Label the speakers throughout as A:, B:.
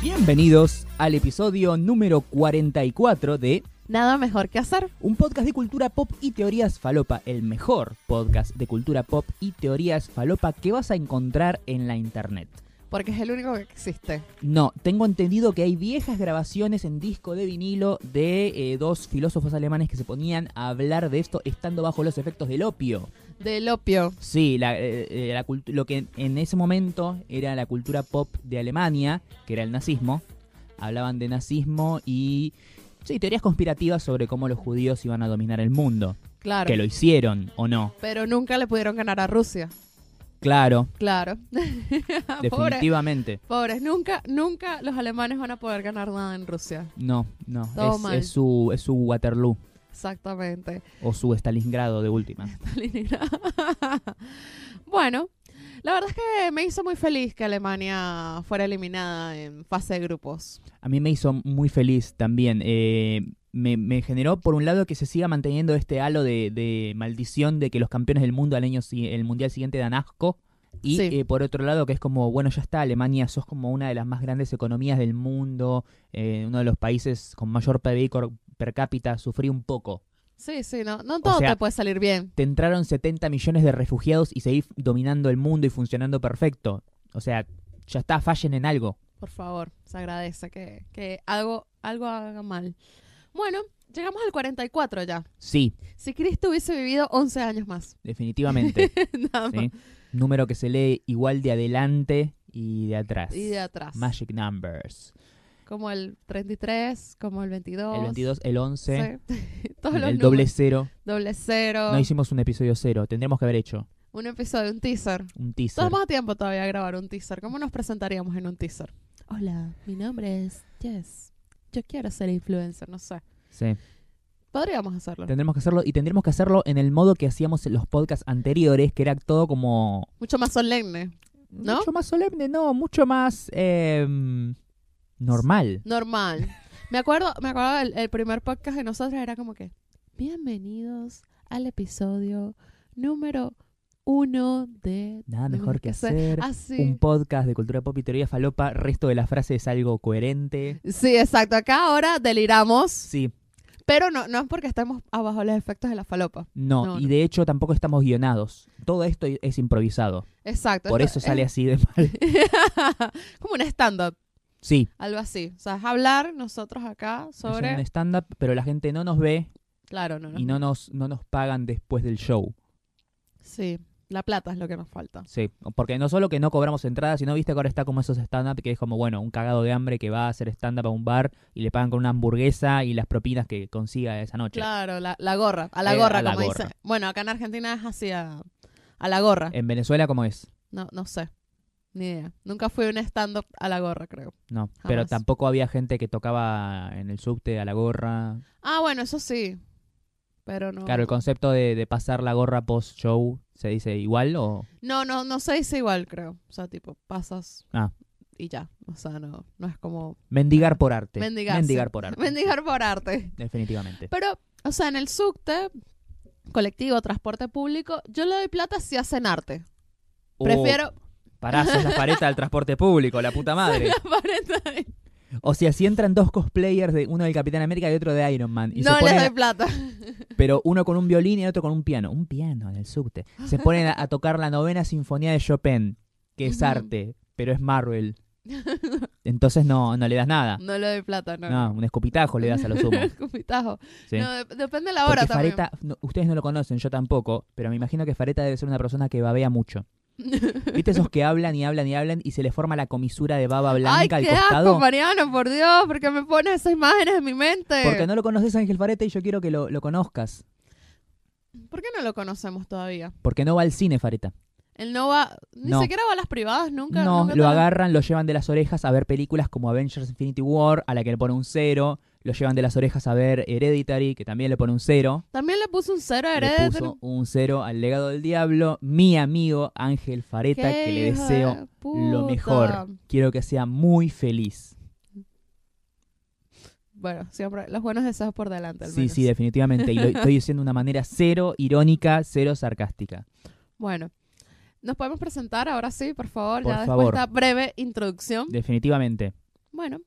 A: Bienvenidos al episodio número 44 de
B: Nada mejor que hacer.
A: Un podcast de cultura pop y teorías falopa, el mejor podcast de cultura pop y teorías falopa que vas a encontrar en la internet.
B: Porque es el único que existe.
A: No, tengo entendido que hay viejas grabaciones en disco de vinilo de eh, dos filósofos alemanes que se ponían a hablar de esto estando bajo los efectos del opio.
B: Del opio.
A: Sí, la, eh, eh, la cultu- lo que en ese momento era la cultura pop de Alemania, que era el nazismo. Hablaban de nazismo y sí, teorías conspirativas sobre cómo los judíos iban a dominar el mundo.
B: Claro.
A: Que lo hicieron o no.
B: Pero nunca le pudieron ganar a Rusia.
A: Claro,
B: Claro. Ah, Pobres,
A: definitivamente.
B: pobres. Nunca, nunca los alemanes van a poder ganar nada en Rusia.
A: No, no.
B: Todo
A: es-
B: mal.
A: es su, es su Waterloo
B: Exactamente.
A: o su Stalingrado de última.
B: Stalingrado. bueno, la verdad es que me hizo muy feliz que Alemania fuera eliminada en fase de grupos.
A: A mí me hizo muy feliz también. Eh, me, me generó, por un lado, que se siga manteniendo este halo de, de maldición de que los campeones del mundo al año si- el mundial siguiente dan asco. Y
B: Sí.
A: eh, por otro lado, que es como, bueno, ya está, Alemania, sos como una de las más grandes economías del mundo, eh, uno de los países con mayor PBI cor- per cápita, sufrí un poco.
B: Sí, sí, no, no todo
A: sea,
B: te puede salir bien.
A: Te entraron 70 millones de refugiados y seguís dominando el mundo y funcionando perfecto. O sea, ya está, fallen en algo.
B: Por favor, se agradece que, que algo, algo haga mal. Bueno, llegamos al 44 ya.
A: Sí,
B: Si Cristo hubiese vivido 11 años más.
A: definitivamente.
B: Nada más.
A: ¿sí? Número que se lee igual de adelante y de atrás.
B: Y de atrás.
A: Magic Numbers.
B: Como el 33, como el 22.
A: El 22, el 11,
B: sí. Todos
A: el
B: los
A: doble
B: números.
A: cero.
B: Doble cero.
A: No hicimos un episodio cero. Tendríamos que haber hecho
B: Un episodio, un teaser.
A: un teaser.
B: Estamos a tiempo todavía de grabar un teaser. ¿Cómo nos presentaríamos en un teaser? Hola, mi nombre es Jess. Yo quiero ser influencer, no sé.
A: Sí.
B: Podríamos hacerlo.
A: Tendremos que hacerlo y tendremos que hacerlo en el modo que hacíamos en los podcasts anteriores, que era todo como
B: Mucho más solemne. ¿No?
A: mucho más solemne, no, mucho más em, normal.
B: Normal. Me acuerdo, me acuerdo del el primer podcast de nosotros era como que bienvenidos al episodio número uno de Ah,
A: Nada mejor que hacer.
B: hacer".
A: Un
B: Así.
A: podcast de cultura pop y teoría falopa. Resto de la frase es algo coherente.
B: Sí, exacto. Acá ahora deliramos,
A: Sí,
B: pero no, no es porque estemos abajo los efectos de la falopa.
A: No,
B: No,
A: y
B: no.
A: de hecho tampoco estamos guionados. Todo esto es improvisado.
B: Exacto.
A: Por
B: esto
A: eso sale así de mal.
B: es como un stand-up,
A: Sí,
B: algo así. O sea, es hablar nosotros acá
A: es un
B: sobre.
A: stand-up, pero la gente no nos ve
B: Claro, no, no.
A: y no nos, no nos pagan después del show.
B: Sí, la plata es lo que nos falta.
A: Sí, porque no solo que no cobramos entradas, sino viste que ahora está como esos stand-up que es como, bueno, un cagado de hambre que va a hacer stand-up a un bar y le pagan con una hamburguesa y las propinas que consiga esa noche.
B: Claro, la, la gorra, a la
A: Eh,
B: gorra,
A: a la
B: como
A: gorra. Eh.
B: dice. Bueno, acá en Argentina es así a, a la gorra.
A: En Venezuela, ¿cómo es?
B: No, no sé, ni idea. Nunca fui a un stand-up a la gorra, creo.
A: No, pero
B: Jamás.
A: tampoco había gente que tocaba en el subte a la gorra.
B: Ah, bueno, eso sí. Pero no.
A: Claro, el concepto de, de pasar la gorra post-show, ¿se dice igual o...?
B: No, no, no se dice igual, creo. O sea, tipo, pasas
A: Ah.
B: y ya. O sea, no, no es como
A: Mendigar por arte.
B: Mendigarse.
A: Mendigar por arte.
B: mendigar por arte.
A: Definitivamente.
B: Pero, o sea, en el subte, colectivo, transporte público, yo le doy plata si hacen arte. Prefiero
A: Oh, pará, sos la pareta del transporte público, la puta madre.
B: Aparentemente.
A: O sea, si entran dos cosplayers, de uno del Capitán América y otro de Iron Man, y
B: no
A: se
B: les
A: ponen,
B: doy plata.
A: pero uno con un violín y el otro con un piano, un piano en el subte, se ponen a, a tocar la novena sinfonía de Chopin, que es
B: Ujú.
A: arte, pero es Marvel. Entonces no, no le das nada.
B: No le doy plata, no.
A: No, un escupitajo le das a lo sumo.
B: Escupitajo.
A: ¿sí?
B: No, de- depende de la hora
A: Porque
B: también.
A: Fareta, no, ustedes no lo conocen, yo tampoco, pero me imagino que Fareta debe ser una persona que babea mucho. ¿Viste esos que hablan y hablan y hablan y se les forma la comisura de baba
B: Ay,
A: blanca al
B: qué
A: costado?
B: asco, Mariano, por Dios, porque me pones esas imágenes en mi mente.
A: Porque no lo conoces Ángel Fareta y yo quiero que lo, lo conozcas.
B: ¿Por qué no lo conocemos todavía?
A: Porque no va al cine Fareta.
B: Él no va, ni
A: No.
B: siquiera va a las privadas nunca.
A: No,
B: nunca
A: lo
B: te-
A: agarran, lo llevan de las orejas a ver películas como Avengers Infinity War, a la que le pone un cero. Lo llevan de las orejas a ver Hereditary, que también le pone un cero.
B: También le puso un cero a
A: Le
B: Hereditary.
A: puso un cero al legado del diablo. Mi amigo Ángel Fareta,
B: Qué
A: que le
B: hijo
A: deseo
B: de
A: lo
B: puta.
A: mejor. Quiero que sea muy feliz.
B: Bueno, siempre los buenos deseos por delante. al
A: Sí,
B: menos.
A: sí, definitivamente. Y lo estoy diciendo de una manera cero irónica, cero sarcástica.
B: Bueno, nos podemos presentar ahora sí, por favor,
A: Por
B: ya
A: favor.
B: después de esta breve introducción.
A: Definitivamente.
B: Bueno,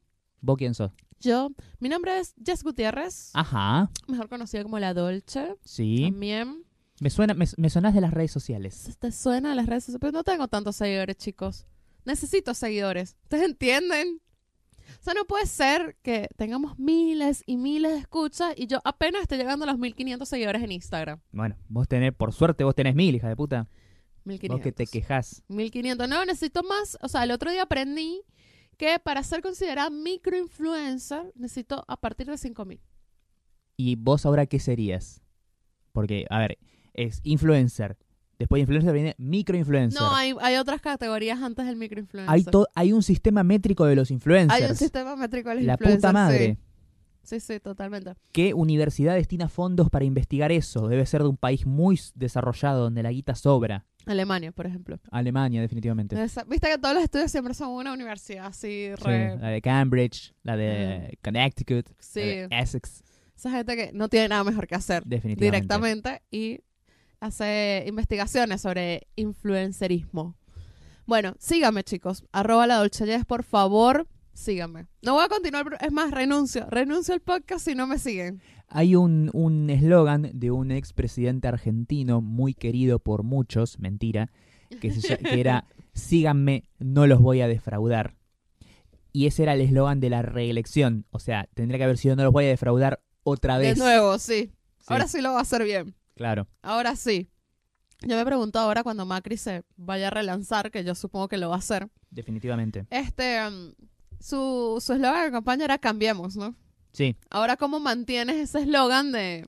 A: ¿Vos quién sos?
B: Yo, mi nombre es Jess Gutiérrez,
A: Ajá,
B: mejor conocida como La Dolce.
A: Ah. sí.
B: También.
A: Me, suena, me, me sonás de las redes sociales.
B: Se te suena a las redes sociales, pero no tengo tantos seguidores, chicos. Necesito seguidores. ¿Ustedes entienden? O sea, no puede ser que tengamos miles y miles de escuchas y yo apenas esté llegando a los 1500 seguidores en Instagram.
A: Bueno, vos tenés, por suerte, vos tenés mil, hija de puta. Vos que te
B: 1500.
A: quejás.
B: 1500. No, necesito más. O sea, el otro día aprendí que para ser considerada microinfluencer necesito a partir de 5000.
A: ¿Y vos ahora qué serías? Porque, a ver, es influencer. Después de influencer viene microinfluencer.
B: No, hay, hay otras categorías antes del microinfluencer.
A: hay, to- hay un sistema métrico de los influencers.
B: Hay un sistema métrico de los
A: La
B: influencers,
A: puta
B: sí.
A: madre.
B: Sí, sí, totalmente.
A: ¿Qué universidad destina fondos para investigar eso? Debe ser de un país muy s- desarrollado donde la guita sobra.
B: Alemania, por ejemplo.
A: Alemania, definitivamente.
B: Esa- Viste que todos los estudios siempre son una universidad así,
A: Este. Sí, Eh,
B: re.
A: la de Cambridge, la de Connecticut, la
B: Sí.
A: de Essex,
B: Esa gente que no tiene nada mejor que hacer
A: definitivamente.
B: directamente y hace investigaciones sobre influencerismo. Bueno, síganme, chicos. Arroba la Dolce Jess, por favor, síganme. No voy a continuar, pero- es más, renuncio. Renuncio al podcast si no me siguen.
A: Hay un un eslogan de un expresidente argentino muy querido por muchos, mentira, que, se ll- que era síganme, no los voy a defraudar. Y ese era el eslogan de la reelección. O sea, tendría que haber sido no los voy a defraudar otra
B: De
A: vez.
B: nuevo, sí.
A: Sí,
B: Ahora sí lo va a hacer bien.
A: Claro.
B: Ahora sí. Yo me pregunto ahora cuando Macri se vaya a relanzar, que yo supongo que lo va a hacer.
A: Definitivamente.
B: Este, mm, su su eslogan de campaña era cambiemos, ¿no?
A: Sí,
B: Ahora, ¿cómo mantienes ese eslogan de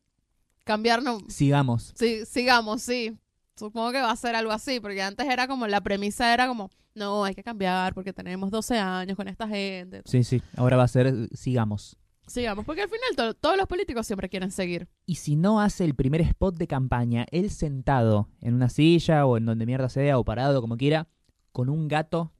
B: cambiarnos?
A: sigamos.
B: Sí, sigamos, sí. Supongo que va a ser algo así, porque antes era como, la premisa era como, no, hay que cambiar porque tenemos 12 años con esta gente.
A: Sí, sí. Ahora va a ser eh, sigamos.
B: Sigamos, porque al final to- todos los políticos siempre quieren seguir.
A: Y si no hace el primer spot de campaña, él sentado en una silla o en donde mierda sea o parado como quiera, con un gato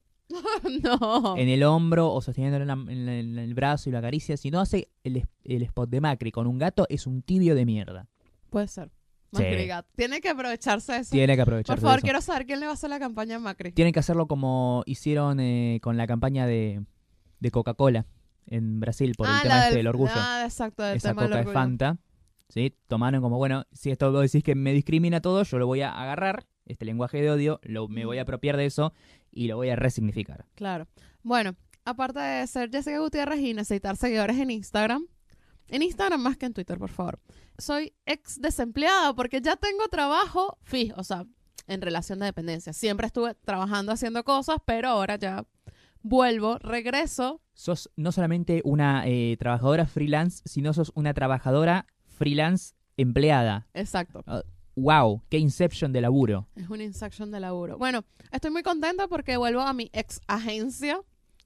B: no.
A: en el hombro o sosteniéndolo en, la- en la- en el brazo y lo acaricia, si no hace el, es- el spot de Macri con un gato, es un tibio de mierda.
B: Puede ser.
A: Sí.
B: Macri gato. Tiene que aprovecharse de eso.
A: Tiene que aprovechar
B: Por
A: de
B: favor,
A: eso.
B: quiero saber quién le va a hacer la campaña a Macri.
A: Tienen que hacerlo como hicieron eh, con la campaña de, de Coca-Cola en Brasil por el tema este del orgullo.
B: Ah, exacto, del
A: esa
B: tema del
A: coca de
B: orgullo.
A: Fanta, ¿sí? Tomaron como, bueno, si esto vos decís que me discrimina todo, yo lo voy a agarrar, este lenguaje de odio, lo,
B: Mm.
A: me voy a apropiar de eso y lo voy a resignificar.
B: Claro. Bueno, aparte de ser Jessica Gutiérrez y necesitar seguidores en Instagram, en Instagram más que en Twitter, por favor. Soy ex desempleada porque ya tengo trabajo fijo, o sea, en relación de dependencia. Siempre estuve trabajando haciendo cosas, pero ahora ya vuelvo, regreso.
A: Sos no solamente una eh, trabajadora freelance, sino sos una trabajadora freelance empleada.
B: Exacto.
A: ¡Wow! ¡Qué inception de laburo!
B: Es una inception de laburo. Bueno, estoy muy contenta porque vuelvo a mi ex agencia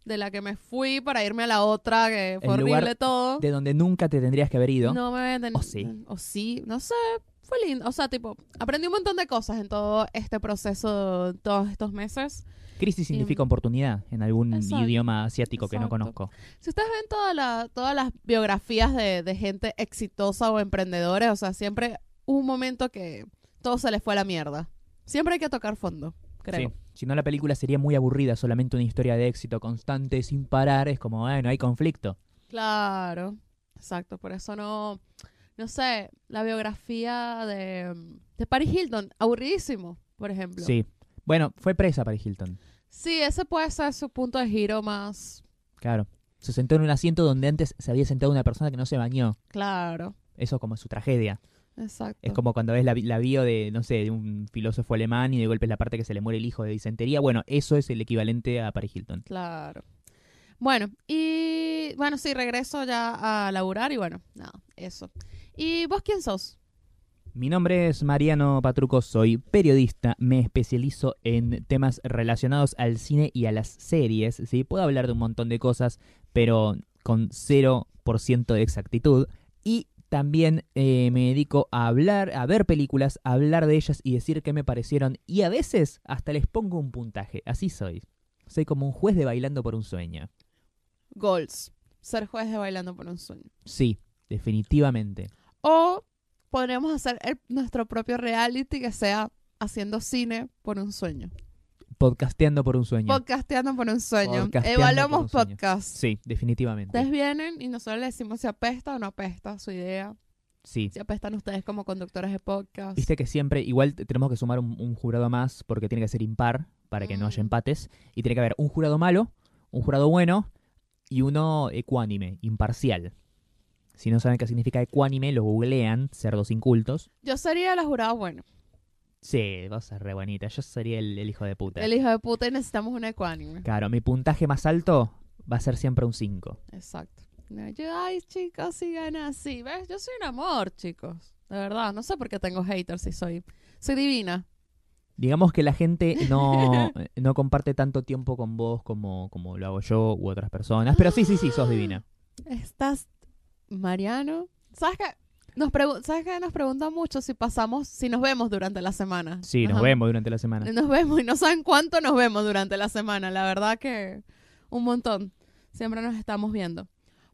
B: de la que me fui para irme a la otra, que fue
A: El
B: horrible
A: lugar
B: todo.
A: De donde nunca te tendrías que haber ido.
B: No me deten-
A: ¿O sí?
B: O sí, no sé. Fue lindo. O sea, tipo, aprendí un montón de cosas en todo este proceso, todos estos meses.
A: Crisis significa oportunidad en algún
B: em, Exacto.
A: idioma asiático que no
B: Exacto.
A: conozco.
B: Si ustedes ven toda la- todas las biografías de, de gente exitosa o emprendedores, o sea, siempre hubo un momento que todo se les fue a la mierda. Siempre hay que tocar fondo, creo.
A: Sí. Si no, la película sería muy aburrida, solamente una historia de éxito constante, sin parar. Es como, bueno, hay conflicto.
B: Claro. Exacto. Por eso no. No sé, la biografía de, de Paris Hilton, aburridísimo, por ejemplo.
A: Sí. Bueno, fue presa Paris Hilton.
B: sí, ese puede ser su punto de giro más
A: Claro. Se sentó en un asiento donde antes se había sentado una persona que no se bañó.
B: claro.
A: Eso es como su tragedia.
B: Exacto.
A: Es como cuando ves la, bi- la bio de, no sé, de un filósofo alemán y de golpe es la parte que se le muere el hijo de disentería. Bueno, eso es el equivalente a Paris Hilton.
B: Claro. Bueno, y bueno, sí, regreso ya a laburar y bueno, nada, eso. ¿Y vos quién sos?
A: Mi nombre es Mariano Patruco, soy periodista, me especializo en temas relacionados al cine y a las series, ¿sí? Puedo hablar de un montón de cosas, pero con 0% de exactitud. Y también eh, me dedico a hablar, a ver películas, a hablar de ellas y decir qué me parecieron. Y a veces hasta les pongo un puntaje, así soy. Soy como un juez de bailando por un sueño.
B: Goals. Ser juez de Bailando por un Sueño.
A: Sí, definitivamente.
B: O podríamos hacer el- nuestro propio reality que sea haciendo cine por un sueño.
A: Podcasteando por un sueño.
B: Podcasteando por un sueño.
A: Podcasteando por un
B: Evaluamos
A: sueño.
B: podcast.
A: sí, definitivamente.
B: Ustedes vienen y nosotros les decimos si apesta o no apesta su idea.
A: sí.
B: Si apestan ustedes como conductores de podcast.
A: Viste que siempre, igual t- tenemos que sumar un, un jurado más porque tiene que ser impar para que no haya
B: Mm.
A: empates. Y tiene que haber un jurado malo, un jurado bueno y uno ecuánime, imparcial. Si no saben qué significa ecuánime, lo googlean, cerdos incultos.
B: Yo sería la jurada bueno.
A: Sí, vos sos re bonita. Yo sería el, el hijo de puta.
B: El hijo de puta y necesitamos un ecuánime.
A: Claro, mi puntaje más alto va a ser siempre un 5.
B: Exacto. No, yo, ay, chicos, sigan así. ¿Ves? Yo soy un amor, chicos. De verdad, no sé por qué tengo haters si soy. Soy divina.
A: Digamos que la gente no, eh, no comparte tanto tiempo con vos como, como lo hago yo u otras personas. Pero sí, sí, sí, sos divina.
B: Estás. Mariano. ¿Sabes qué? Nos pregu- ¿Sabes qué? Nos preguntan mucho si pasamos, si nos vemos durante la semana.
A: Sí, nos
B: Ajá.
A: vemos durante la semana.
B: Nos vemos y no saben cuánto nos vemos durante la semana. La verdad que un montón. Siempre nos estamos viendo.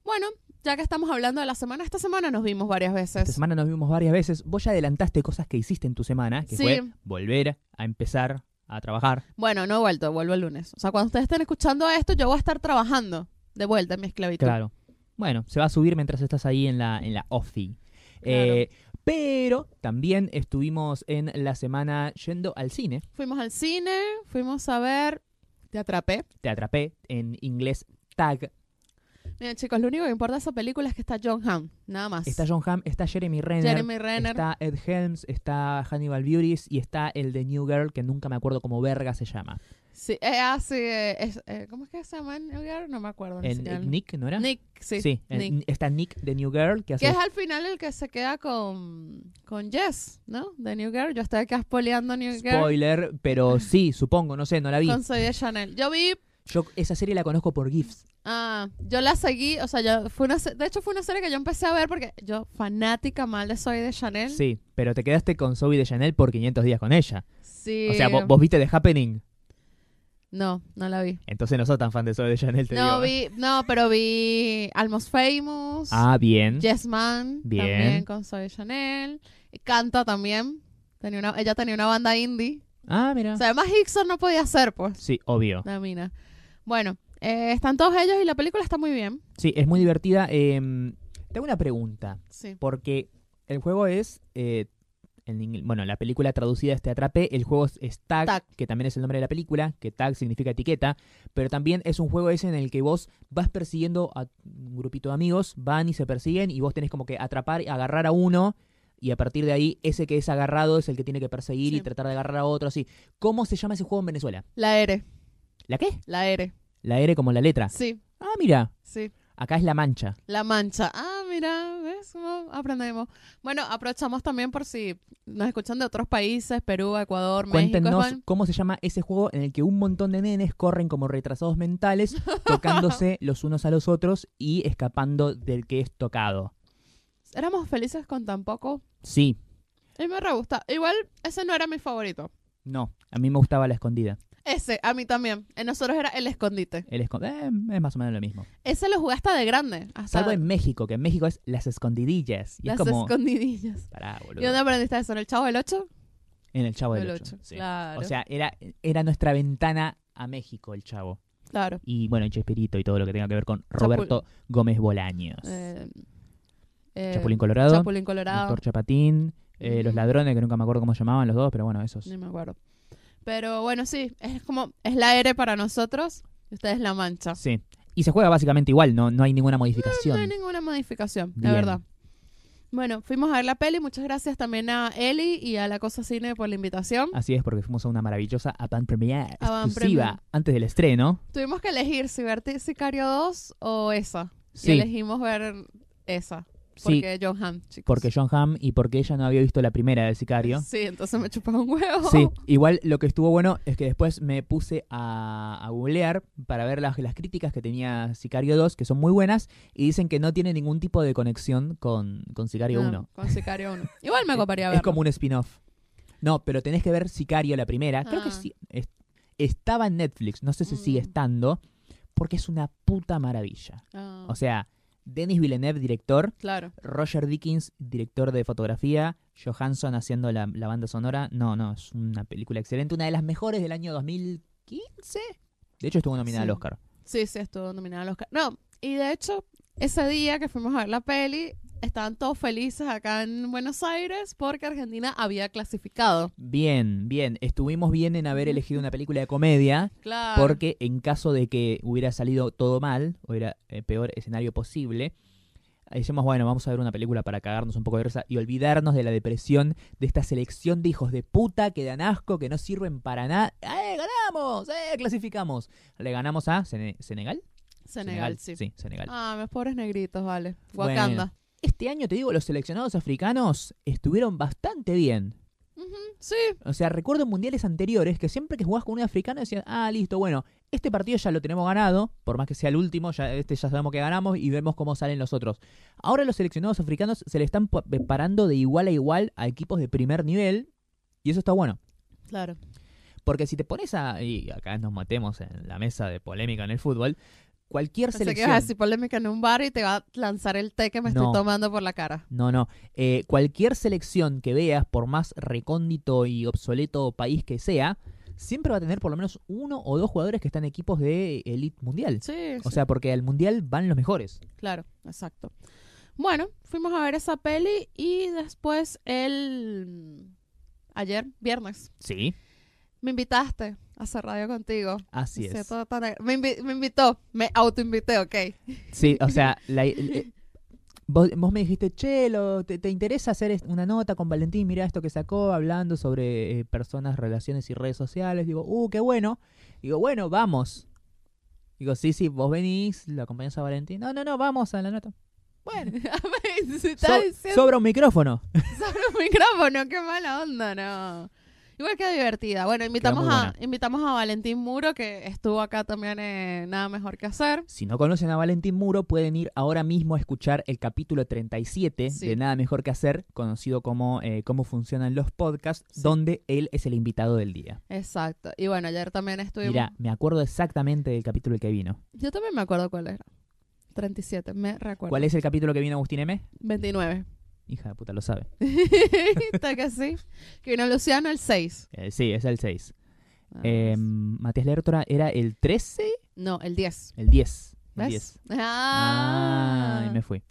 B: Bueno, ya que estamos hablando de la semana, esta semana nos vimos varias veces.
A: Esta semana nos vimos varias veces. Vos ya adelantaste cosas que hiciste en tu semana, que
B: Sí.
A: fue volver a empezar a trabajar.
B: Bueno, no he vuelto, vuelvo el lunes. O sea, cuando ustedes estén escuchando esto, yo voy a estar trabajando de vuelta en mi esclavitud.
A: Claro. Bueno, se va a subir mientras estás ahí en la, en la OFI. Eh, pero también estuvimos en la semana yendo al cine.
B: Fuimos al cine, fuimos a ver. Te atrapé.
A: Te atrapé en inglés tag.
B: Miren, chicos, lo único que importa de esa película es que está John Hamm, nada más.
A: Está John Hamm, está Jeremy Renner.
B: Jeremy Renner.
A: Está Ed Helms, está Hannibal Buress y está el de New Girl, que nunca me acuerdo cómo verga se llama.
B: Sí, eh, ah, sí, eh, es- eh, ¿Cómo es que se llama? New Girl? No me acuerdo. ni
A: En, eh,
B: siquiera.
A: Nick, ¿no era?
B: Ah, Nick, sí.
A: en-
B: Nick.
A: está Nick de New Girl, que hace
B: Que es al final el que se queda con, con Jess, ¿no? De New Girl. Yo estoy acá spoileando New Girl
A: Spoiler, pero sí, supongo, no sé, no la vi.
B: con Soy de Chanel. Yo vi,
A: Yo esa serie la conozco por GIFs.
B: ah, yo la seguí, o sea, yo, fue una, se- de hecho fue una serie que yo empecé a ver porque yo fanática mal de Soy de Chanel.
A: Sí, pero te quedaste con Zoe de Chanel por 500 días con ella.
B: Sí.
A: O sea, vos, vos viste The Happening.
B: No, no la vi.
A: Entonces no sos tan fan de Zoe de Chanel, te
B: No
A: digo. ¿eh?
B: vi, no, pero vi Almost Famous,
A: Ah, bien.
B: Yes Man,
A: Bien.
B: también con Soy de Chanel. Canta también. Tenía una, ella tenía una banda indie.
A: Ah, mira.
B: O sea, además Hickson no podía ser, pues.
A: Sí, obvio.
B: La mina. Bueno, eh, están todos ellos y la película está muy bien.
A: Sí, es muy divertida. Em, te hago una pregunta,
B: Sí.
A: porque el juego es... eh, en ingl- bueno, la película traducida es Te Atrapé, el juego es- es tag,
B: Tag.
A: que también es el nombre de la película, que tag significa etiqueta, pero también es un juego ese en el que vos vas persiguiendo a un grupito de amigos, van y se persiguen y vos tenés como que atrapar, agarrar a uno y a partir de ahí ese que es agarrado es el que tiene que perseguir
B: Sí.
A: y tratar de agarrar a otro así. ¿Cómo se llama ese juego en Venezuela?
B: La R,
A: ¿La qué?
B: la R.
A: La R como la letra.
B: Sí,
A: Ah, mira,
B: sí.
A: acá es la mancha.
B: La mancha. Ah, mira, ¿ves cómo aprendemos? Bueno, aprovechamos también por si nos escuchan de otros países, Perú, Ecuador, México.
A: Cuéntenos
B: España.
A: cómo se llama ese juego en el que un montón de nenes corren como retrasados mentales, tocándose los unos a los otros y escapando del que es tocado.
B: Éramos felices con tan poco.
A: Sí,
B: Y me re gusta. Igual, ese no era mi favorito.
A: no, a mí me gustaba la escondida.
B: Ese, a mí también. En nosotros era el escondite.
A: El escon- eh, es más o menos lo mismo.
B: Ese lo jugué hasta de grande. Hasta
A: Salvo en México, que en México es las escondidillas. Y
B: las
A: es como.
B: escondidillas.
A: Pará, boludo.
B: ¿Y dónde aprendiste eso? ¿En el Chavo del 8?
A: En el Chavo del
B: El
A: 8.
B: Ocho, claro.
A: O sea, era, era nuestra ventana a México, el Chavo.
B: Claro.
A: Y bueno, y Chespirito y todo lo que tenga que ver con Roberto Gómez Bolaños.
B: Eh, eh,
A: Chapulín Colorado.
B: Chapulín Colorado.
A: Doctor Chapatín, eh, los
B: Ujú.
A: ladrones, que nunca me acuerdo cómo llamaban los dos, pero bueno, esos.
B: No Mm. me acuerdo. Pero bueno, sí, es como, es la R para nosotros y ustedes la mancha.
A: Sí. Y se juega básicamente igual, no, no hay ninguna
B: No hay
A: modificación.
B: ninguna modificación,
A: Bien.
B: la verdad. Bueno, fuimos a ver la peli. Muchas gracias también a Eli y a La Cosa Cine por la invitación.
A: Así es, porque fuimos a una maravillosa avant premiere
B: Avant
A: exclusiva
B: premiere.
A: antes del estreno.
B: Tuvimos que elegir si ver Ti- Sicario 2 o esa.
A: Sí,
B: Y elegimos ver esa.
A: sí,
B: Porque John Hamm, chicos.
A: porque John Hamm y porque ella no había visto la primera del Sicario.
B: Sí, entonces me chupaba un huevo.
A: Sí, igual lo que estuvo bueno es que después me puse a, a googlear para ver las, las críticas que tenía Sicario 2, que son muy buenas, y dicen que no tiene ningún tipo de conexión con, con Sicario
B: No,
A: 1.
B: Con Sicario 1. Igual me coparía
A: Es
B: verlo.
A: como un spin-off. No, pero tenés que ver Sicario, la primera. Creo que
B: Ah.
A: sí. es- estaba en Netflix, no sé si
B: Mm.
A: sigue estando, porque es una puta maravilla.
B: Ah,
A: O sea, Denis Villeneuve, director,
B: claro.
A: Roger Dickens, director de fotografía, Johansson haciendo la, la banda sonora. No, no, es una película excelente, una de las mejores del año 2015, 2015. De hecho, estuvo nominada
B: Sí.
A: al Oscar.
B: Sí, sí, estuvo nominada al Oscar. No, y de hecho, ese día que fuimos a ver la peli, estaban todos felices acá en Buenos Aires porque Argentina había clasificado.
A: Bien, bien. Estuvimos bien en haber elegido una película de comedia.
B: Claro.
A: Porque en caso de que hubiera salido todo mal, o era el peor escenario posible, ahí decimos, bueno, vamos a ver una película para cagarnos un poco de risa y olvidarnos de la depresión de esta selección de hijos de puta que dan asco, que no sirven para nada. ¡Eh, ganamos! ¡Eh, clasificamos! Le ganamos a Sene- Senegal.
B: Senegal, sí.
A: Sí, Senegal.
B: Ah, mis pobres negritos, vale.
A: Bueno.
B: Wakanda.
A: Este año, te digo, los seleccionados africanos estuvieron bastante bien.
B: Sí,
A: O sea, recuerdo en mundiales anteriores que siempre que jugabas con un africano decían, ah, listo, bueno, este partido ya lo tenemos ganado, por más que sea el último, ya este ya sabemos que ganamos y vemos cómo salen los otros. Ahora los seleccionados africanos se le están pa- parando de igual a igual a equipos de primer nivel y eso está bueno.
B: claro.
A: Porque si te pones a... Y acá nos matemos en la mesa de polémica en el fútbol, cualquier
B: Pensé que
A: selección...
B: ibas a decir polémica en un bar y te va a lanzar el té que me
A: No.
B: estoy tomando por la cara.
A: No, no. Eh, cualquier selección que veas, por más recóndito y obsoleto país que sea, siempre va a tener por lo menos uno o dos jugadores que están en equipos de elite mundial.
B: Sí,
A: O
B: sí,
A: sea, porque al mundial van los mejores.
B: claro, exacto. Bueno, fuimos a ver esa peli y después el... mm, Ayer, viernes,
A: Sí.
B: me invitaste a hacer radio contigo.
A: Así
B: Me
A: es.
B: siento tan agra- Me, invi- me invitó, me autoinvité, ok.
A: Sí, o sea, la- eh, vos, vos me dijiste, che, lo- te, te interesa hacer es- una nota con Valentín? Mirá esto que sacó hablando sobre eh, personas, relaciones y redes sociales. Digo, uh, qué bueno. Digo, bueno, vamos. Digo, sí, sí, vos venís, lo acompañás a Valentín. No, no, no, vamos a la nota. Bueno,
B: Me-
A: So-
B: se está diciendo
A: sobra un micrófono.
B: sobre un micrófono, qué mala onda, no. Igual que divertida. Bueno, invitamos
A: muy
B: a,
A: buena.
B: invitamos a Valentín Muro, que estuvo acá también en Nada Mejor Que Hacer.
A: Si no conocen a Valentín Muro, pueden ir ahora mismo a escuchar el capítulo 37
B: Sí.
A: de Nada Mejor que Hacer, conocido como eh, Cómo Funcionan los Podcasts,
B: Sí.
A: donde él es el invitado del día.
B: Exacto. Y bueno, ayer también estuvimos.
A: Mirá, me acuerdo exactamente del capítulo que vino.
B: Yo también me acuerdo cuál era. 37, me recuerdo.
A: ¿Cuál es el capítulo que vino Agustín M?
B: 29.
A: Hija de puta, lo sabe.
B: Está que sí. Que vino Luciano el 6.
A: Eh, sí, es el 6.
B: Ah,
A: Eh. Matías Lertora era el 13,
B: no, el 10.
A: el 10. El
B: ¿Ves?
A: 10.
B: Ah.
A: Ah, y me fui.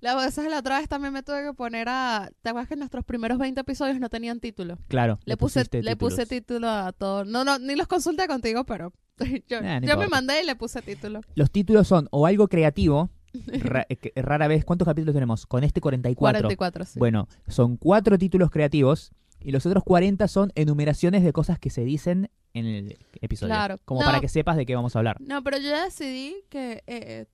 B: La vez la otra vez también me tuve que poner a. ¿Te acuerdas que nuestros primeros 20 episodios no tenían título?
A: Claro.
B: Le, puse,
A: pusiste
B: le puse
A: títulos.
B: título a todos. No, no, ni los consulté contigo, pero yo,
A: Nah, no
B: yo me
A: importa.
B: mandé y le puse título.
A: Los títulos son o algo creativo, ra- eh, que rara vez. ¿Cuántos capítulos tenemos? Con este 44.
B: 44, sí.
A: Bueno, son cuatro títulos creativos y los otros 40 son enumeraciones de cosas que se dicen en el episodio.
B: Claro.
A: Como
B: No.
A: para que sepas de qué vamos a hablar.
B: No, pero yo ya decidí que eh,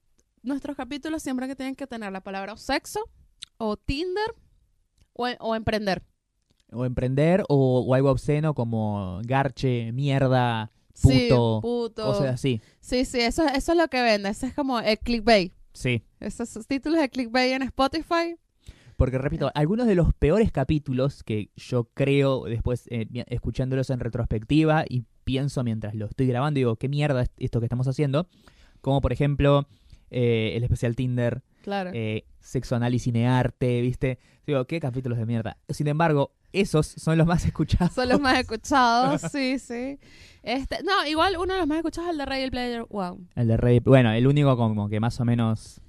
B: nuestros capítulos siempre que tienen que tener la palabra o sexo o Tinder o, o emprender.
A: O emprender o, o algo obsceno como garche, mierda,
B: Sí,
A: Puto,
B: puto.
A: cosas así.
B: Sí, sí, eso, eso es lo que vende. Ese es como el clickbait.
A: Sí.
B: Esos títulos de clickbait en Spotify.
A: Porque repito, algunos de los peores capítulos que yo creo después eh, mi- escuchándolos en retrospectiva y pienso mientras lo estoy grabando, digo, qué mierda es esto que estamos haciendo. Como por ejemplo eh, el especial Tinder,
B: Claro.
A: eh, sexo, anal y cinearte, ¿viste? Digo, qué capítulos de mierda. Sin embargo, esos son los más escuchados.
B: Son los más escuchados, sí, sí. Este, no, igual uno de los más escuchados es el de Ready Player Wow.
A: El de Ready- bueno, el único como que más o menos...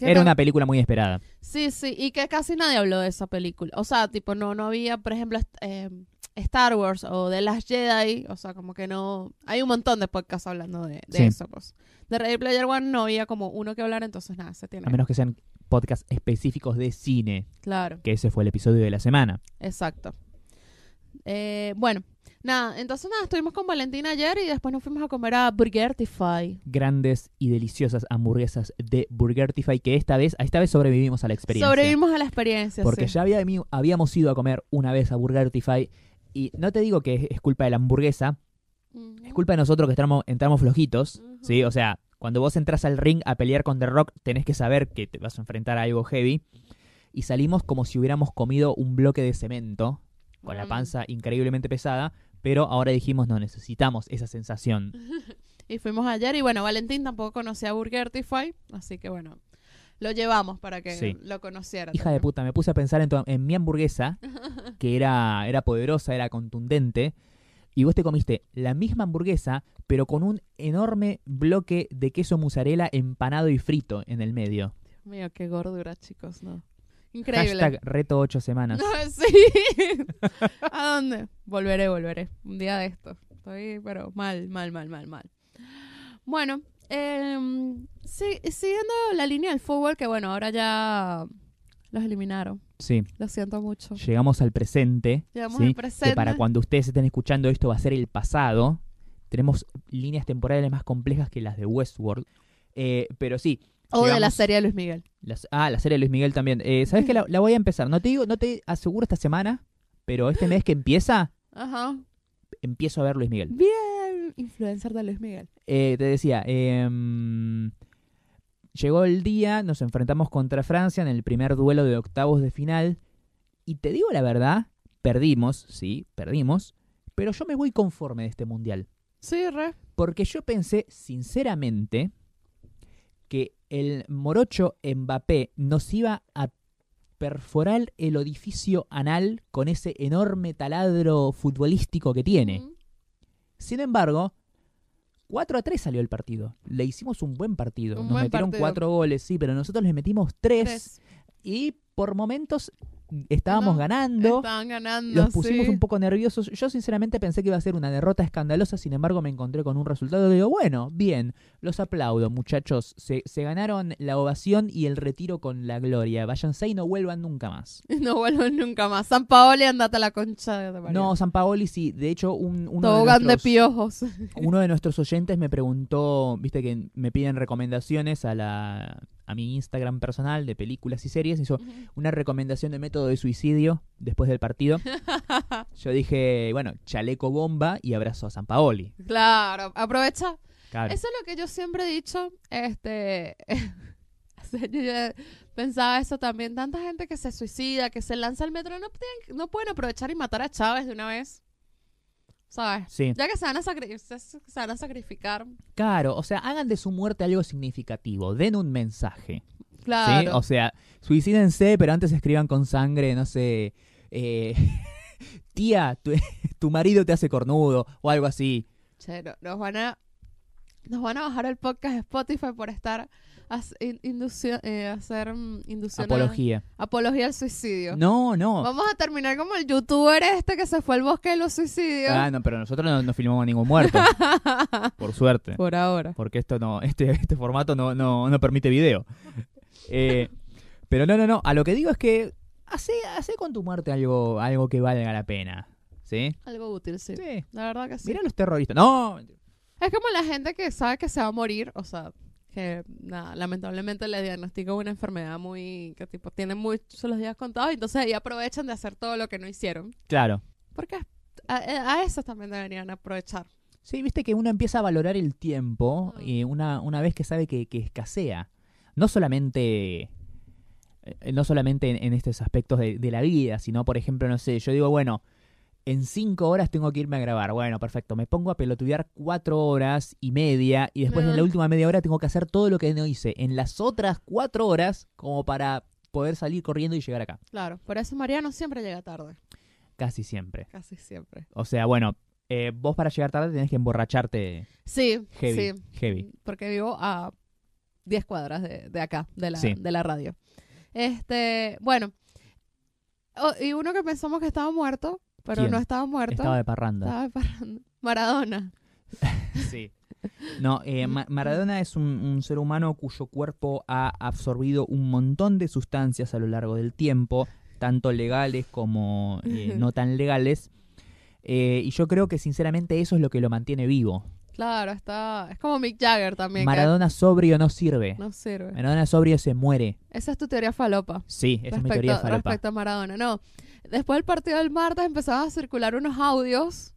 A: Era una película muy esperada.
B: Sí, sí, y que casi nadie habló de esa película. O sea, tipo, no, no había, por ejemplo, est- eh, Star Wars o The Last Jedi. O sea, como que no. Hay un montón de podcasts hablando de, de
A: Sí.
B: eso, pues. De Ready Player One no había como uno que hablar, entonces nada, se tiene.
A: A menos que sean podcasts específicos de cine,
B: Claro,
A: que ese fue el episodio de la semana.
B: exacto. Eh, bueno, nada, entonces nada, estuvimos con Valentina ayer y después nos fuimos a comer a Burgertify.
A: Grandes y deliciosas hamburguesas de Burgertify que esta vez, a esta vez sobrevivimos a la experiencia.
B: Sobrevivimos a la experiencia,
A: porque
B: sí.
A: ya había- habíamos ido a comer una vez a Burgertify y no te digo que es- es culpa de la hamburguesa,
B: Ujú.
A: es culpa de nosotros que entramos, entramos flojitos,
B: Ujú.
A: ¿sí? O sea, cuando vos entras al ring a pelear con The Rock, tenés que saber que te vas a enfrentar a algo heavy. Y salimos como si hubiéramos comido un bloque de cemento, con la
B: Mm.
A: panza increíblemente pesada, pero ahora dijimos, no, necesitamos esa sensación.
B: Y fuimos ayer y bueno, Valentín tampoco conocía Burgertify, así que bueno, lo llevamos para que
A: Sí.
B: lo conociera.
A: Hija de
B: también.
A: puta, me puse a pensar en, tu- en mi hamburguesa, que era, era poderosa, era contundente, y vos te comiste la misma hamburguesa, pero con un enorme bloque de queso mozzarella empanado y frito en el medio.
B: Dios mío, qué gordura, chicos, ¿no? Increíble.
A: Hashtag reto 8 semanas.
B: No, sí. ¿A dónde? Volveré, volveré. Un día de esto. Estoy, pero mal, mal, mal, mal, mal. Bueno, em, sí- siguiendo la línea del fútbol, que bueno, ahora ya los eliminaron.
A: Sí,
B: Lo siento mucho.
A: llegamos al presente.
B: Llegamos
A: ¿sí?
B: al presente.
A: Que para cuando ustedes estén escuchando esto va a ser el pasado. Tenemos líneas temporales más complejas que las de Westworld. Eh, pero sí.
B: o de la
A: llegamos-
B: serie de Luis Miguel.
A: Las- ah, la serie de Luis Miguel también. Eh, ¿Sabes qué? La, la voy a empezar. No te digo, no te aseguro esta semana, pero este mes que empieza,
B: Ajá.
A: empiezo a ver Luis Miguel.
B: Bien. Influencer de Luis Miguel.
A: Eh, te decía, em, llegó el día, nos enfrentamos contra Francia en el primer duelo de octavos de final. Y te digo la verdad, perdimos, sí, perdimos. Pero yo me voy conforme de este mundial.
B: Sí, re.
A: Porque yo pensé, sinceramente, que el morocho Mbappé nos iba a perforar el orificio anal con ese enorme taladro futbolístico que tiene.
B: Ujú.
A: Sin embargo, 4 a 3 salió el partido. Le hicimos un buen partido.
B: Un
A: Nos
B: buen
A: metieron
B: partido.
A: 4 goles, sí, pero nosotros les metimos 3
B: Tres.
A: y por momentos estábamos
B: No,
A: ganando.
B: Estaban ganando.
A: Los pusimos
B: sí.
A: un poco nerviosos. Yo sinceramente pensé que iba a ser una derrota escandalosa, sin embargo me encontré con un resultado. Digo, bueno, bien, los aplaudo muchachos. Se, se ganaron la ovación y el retiro con la gloria. Váyanse y no vuelvan nunca más.
B: No vuelvo nunca más. San Paoli, andate a la concha de tu madre.
A: No, San Paoli sí. De hecho, un, uno, de
B: Tobogán de
A: nuestros,
B: piojos.
A: uno de nuestros oyentes me preguntó, viste que me piden recomendaciones a, la, a mi Instagram personal de películas y series. Hizo una recomendación de método de suicidio después del partido. Yo dije, bueno, chaleco bomba y abrazo a San Paoli.
B: claro, aprovecha.
A: Claro.
B: Eso es lo que yo siempre he dicho. Este. yo ya pensaba eso también. Tanta gente que se suicida, que se lanza al metro, no, tienen- no pueden aprovechar y matar a Chávez de una vez. ¿Sabes?
A: Sí,
B: Ya que se van a, sacri- se- se van a sacrificar.
A: claro, o sea, hagan de su muerte algo significativo, den un mensaje, ¿sí?
B: Claro.
A: O sea, suicídense, pero antes escriban con sangre, no sé, eh, tía, tu, tu marido te hace cornudo o algo así.
B: Che, no- nos van a. Nos van a bajar el podcast de Spotify por estar as- in- inducio- eh, hacer mm, inducción a-
A: Apología.
B: apología al suicidio.
A: No, no.
B: Vamos a terminar como el youtuber este que se fue al bosque de los suicidios.
A: Ah, no, pero nosotros no, no filmamos ningún muerto, por suerte.
B: Por ahora.
A: porque esto no, este, este formato no, no, no permite video. Eh, pero no, no, no. A lo que digo es que hace, hace con tu muerte algo, algo que valga la pena. ¿Sí?
B: Algo útil, sí.
A: Sí.
B: La verdad que sí.
A: Mirá los terroristas. No.
B: Es como la gente que sabe que se va a morir, o sea, que nada, lamentablemente le diagnostican una enfermedad muy. que tipo, tienen muchos los días contados, y entonces ahí aprovechan de hacer todo lo que no hicieron.
A: Claro.
B: Porque a, a eso también deberían aprovechar.
A: Sí, viste que uno empieza a valorar el tiempo
B: Mm.
A: eh, una, una vez que sabe que, que escasea. No solamente. eh, No solamente en, en estos aspectos de, de la vida, sino, por ejemplo, no sé, yo digo, bueno, en cinco horas tengo que irme a grabar. Bueno, perfecto, me pongo a pelotudear cuatro horas y media y después en la
B: Ah.
A: última media hora tengo que hacer todo lo que no hice en las otras cuatro horas como para poder salir corriendo y llegar acá.
B: Claro, por eso Mariano siempre llega tarde,
A: Casi siempre.
B: casi siempre.
A: O sea, bueno, eh, vos para llegar tarde tenés que emborracharte
B: Sí,
A: heavy.
B: sí.
A: Heavy.
B: porque vivo a 10 cuadras de, de acá, de la,
A: Sí.
B: de la radio. Este, bueno, O- y uno que pensamos que estaba muerto, pero
A: ¿Quién?
B: no estaba muerto.
A: Estaba de parranda.
B: Estaba de parranda. Maradona. Ah.
A: Sí. No, eh,
B: Mm.
A: Ma- Maradona es un, un ser humano cuyo cuerpo ha absorbido un montón de sustancias a lo largo del tiempo, tanto legales como eh, no tan legales. Eh, y yo creo que sinceramente eso es lo que lo mantiene vivo.
B: Claro, está. Es como Mick Jagger también. que
A: Maradona sobrio no sirve.
B: no sirve.
A: Maradona sobrio se muere.
B: Esa es tu teoría falopa.
A: Sí, esa es mi teoría falopa.
B: respecto a Maradona. No. Después del partido del martes empezaban a circular unos audios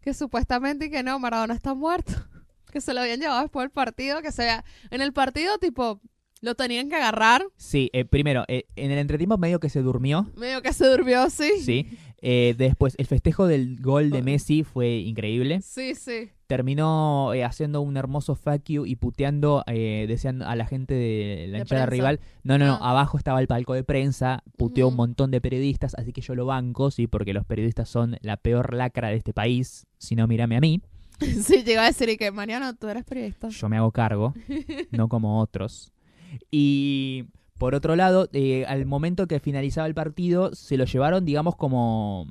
B: que supuestamente que no, Maradona está muerto. Que se lo habían llevado después del partido. Que se vea. En el partido, tipo, lo tenían que agarrar.
A: Sí, eh, primero, eh, en el entretiempo medio que se durmió,
B: Medio que se durmió, sí.
A: sí. Eh, después, el festejo del gol de
B: Ay.
A: Messi fue increíble.
B: Sí, sí.
A: Terminó eh, haciendo un hermoso fuck you y puteando, eh, deseando a la gente de la
B: De
A: hinchada
B: prensa.
A: rival. No, no, no,
B: Ah.
A: abajo estaba el palco de prensa, puteó un
B: Ujú.
A: montón de periodistas, así que yo lo banco, sí, porque los periodistas son la peor lacra de este país. Si no, mírame a mí,
B: Sí, llegó a decir y que Mariano, tú eres periodista.
A: yo me hago cargo, no como otros. Y por otro lado, eh, al momento que finalizaba el partido, se lo llevaron, digamos, como...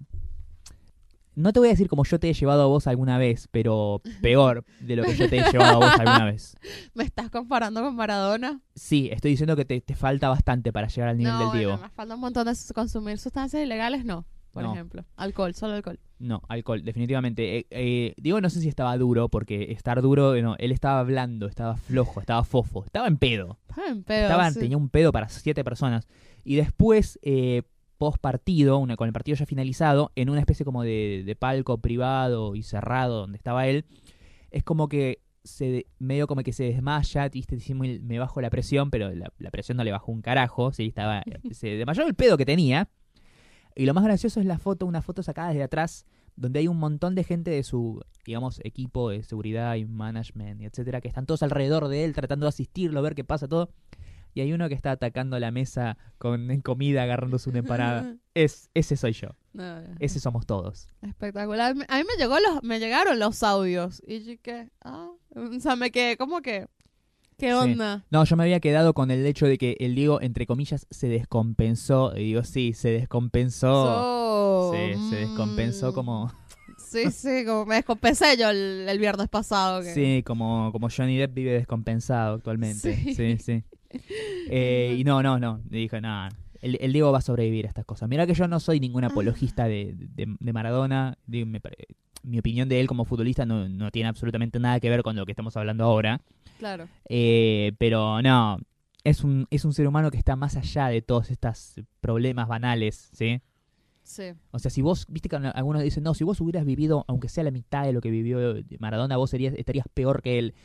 A: No te voy a decir como yo te he llevado a vos alguna vez, pero peor de lo que yo te he llevado a vos alguna vez.
B: ¿Me estás comparando con Maradona?
A: Sí, estoy diciendo que te, te falta bastante para llegar al nivel
B: no,
A: del
B: bueno,
A: Diego.
B: nos falta un montón de su- consumir sustancias ilegales, no. Por
A: No.
B: ejemplo, alcohol, solo alcohol.
A: No, alcohol, definitivamente. Eh, eh, Diego no sé si estaba duro, porque estar duro, eh, no, él estaba blando, estaba flojo, estaba fofo, estaba en pedo.
B: Estaba Ah, en pedo,
A: Estaba,
B: sí.
A: Tenía un pedo para siete personas. Y después, eh, post partido, una, con el partido ya finalizado, en una especie como de, de palco privado y cerrado donde estaba él, es como que se medio como que se desmaya, ¿viste? Dice, "Muy- me bajo la presión, pero la, la presión no le bajó un carajo, sí, estaba, eh, se desmayó el pedo que tenía. Y lo más gracioso es la foto, una foto sacada desde atrás, donde hay un montón de gente de su, digamos, equipo de seguridad y management, y etcétera, que están todos alrededor de él tratando de asistirlo, ver qué pasa, todo. Y hay uno que está atacando la mesa con comida, agarrándose una empanada. Es, ese soy yo,
B: No, no.
A: ese somos todos.
B: Espectacular. Me- A mí me llegó los, me llegaron los audios. Y yo que, ah, o sea, me quedé como que, ¿qué
A: Sí.
B: onda?
A: No, yo me había quedado con el hecho de que el Diego, entre comillas, se descompensó. Y digo, sí, se descompensó.
B: So,
A: Oh, Sí, se descompensó
B: mm,
A: como,
B: Sí, sí, como me descompensé yo el, el viernes pasado. que-
A: sí, como, como Johnny Depp vive descompensado actualmente. Sí,
B: Sí.
A: sí. Eh, y no, no, no. Y dije, no, el, el Diego va a sobrevivir a estas cosas. Mira que yo no soy ningún apologista de, de- de Maradona. Digo, me pare- mi opinión de él como futbolista no, no tiene absolutamente nada que ver con lo que estamos hablando ahora.
B: Claro.
A: Eh, pero no, es un, es un ser humano que está más allá de todos estos problemas banales, ¿sí?
B: Sí.
A: O sea, si vos, viste que algunos dicen, no, si vos hubieras vivido, aunque sea la mitad de lo que vivió Maradona, vos serías, estarías peor que él.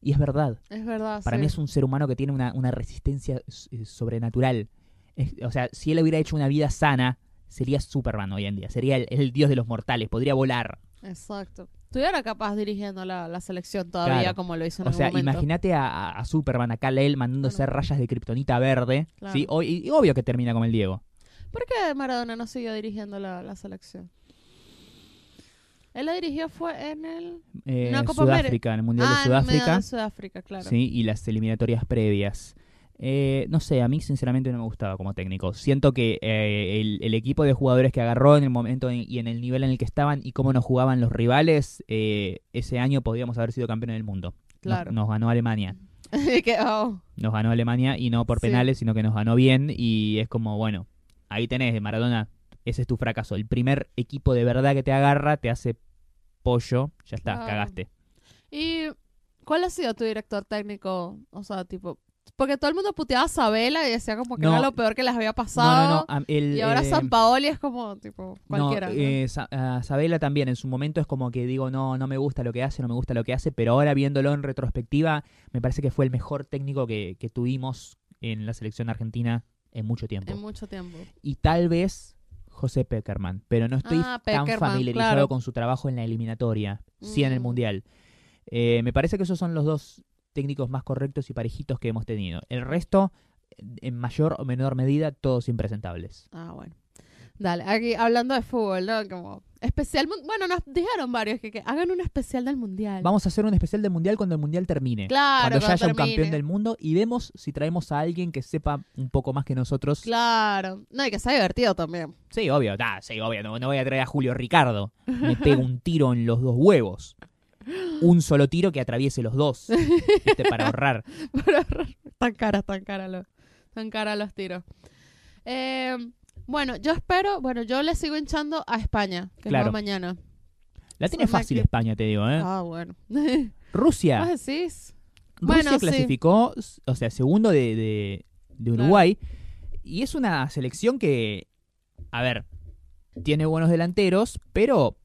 A: Y es verdad.
B: Es verdad.
A: Para
B: Ah, sí.
A: mí es un ser humano que tiene una, una resistencia eh, sobrenatural. Es- o sea, si él hubiera hecho una vida sana, sería Superman hoy en día. Sería el, el dios de los mortales, podría volar.
B: Exacto. Estuviera capaz dirigiendo la, la selección todavía
A: Claro.
B: como lo hizo en
A: O
B: algún
A: sea,
B: momento.
A: imagínate a, a- a Superman, a Kal-El, mandándose
B: Claro.
A: rayas de kriptonita verde.
B: Claro.
A: ¿sí? O- y, y obvio que termina como el Diego.
B: ¿Por qué Maradona no siguió dirigiendo la, la selección? Él la dirigió fue en el...
A: Eh,
B: Una Copa Ameri-
A: Sudáfrica, en el Mundial
B: ah,
A: de
B: en el Mundial
A: Sudáfrica.
B: de Sudáfrica, claro.
A: ¿sí? Y las eliminatorias previas. Eh, no sé, a mí sinceramente no me gustaba como técnico. Siento que eh, el, el equipo de jugadores que agarró en el momento en- y en el nivel en el que estaban y cómo nos jugaban los rivales, eh, ese año podíamos haber sido campeones del mundo. Nos-
B: Claro.
A: Nos, ganó Alemania.
B: que, oh,
A: Nos ganó Alemania y no por
B: Sí.
A: penales, sino que nos ganó bien. Y es como, bueno, ahí tenés, Maradona, ese es tu fracaso. El primer equipo de verdad que te agarra te hace pollo, ya está,
B: Claro.
A: cagaste.
B: ¿Y cuál ha sido tu director técnico? O sea, tipo... Porque todo el mundo puteaba a Sabela y decía como que
A: No.
B: era lo peor que les había
A: No,
B: pasado.
A: no, no. am- el,
B: Y ahora
A: eh,
B: San Paoli es como, tipo, cualquiera.
A: No,
B: ¿no?
A: eh, Sa- a Sabela también en su momento es como que digo, no, no me gusta lo que hace, no me gusta lo que hace, pero ahora viéndolo en retrospectiva, me parece que fue el mejor técnico que, que tuvimos en la selección argentina en mucho tiempo.
B: En mucho tiempo.
A: Y tal vez José Peckerman, pero no estoy
B: Ah,
A: tan
B: Peckerman,
A: familiarizado
B: claro.
A: con su trabajo en la eliminatoria, sí en el
B: Mm.
A: Mundial. Eh, me parece que esos son los dos técnicos más correctos y parejitos que hemos tenido. El resto, en mayor o menor medida, todos impresentables.
B: Ah, bueno. Dale, aquí hablando de fútbol, ¿no? Como especial... mun- Bueno, nos dijeron varios que, que hagan un especial del Mundial.
A: Vamos a hacer un especial del Mundial cuando el Mundial termine.
B: Claro,
A: cuando ya haya un
B: termine.
A: campeón del mundo y vemos si traemos a alguien que sepa un poco más que nosotros.
B: Claro. No, y que sea divertido también.
A: Sí, obvio, da, sí, obvio, no, no voy a traer a Julio Ricardo. Me pego un tiro en los dos huevos. Un solo tiro que atraviese los dos. ¿viste? Para ahorrar.
B: Pero tan caras, tan caras los, tan caras los tiros. Eh, bueno, yo espero, bueno, yo le sigo hinchando a España, que
A: Claro.
B: juega mañana.
A: La tiene fácil España, te digo, ¿eh?
B: Ah, bueno. ¿Qué
A: Rusia.
B: decís?
A: Rusia
B: Bueno, sí.
A: clasificó, s- o sea, segundo de, de- de
B: Claro.
A: Uruguay. Y es una selección que, a ver, tiene buenos delanteros, pero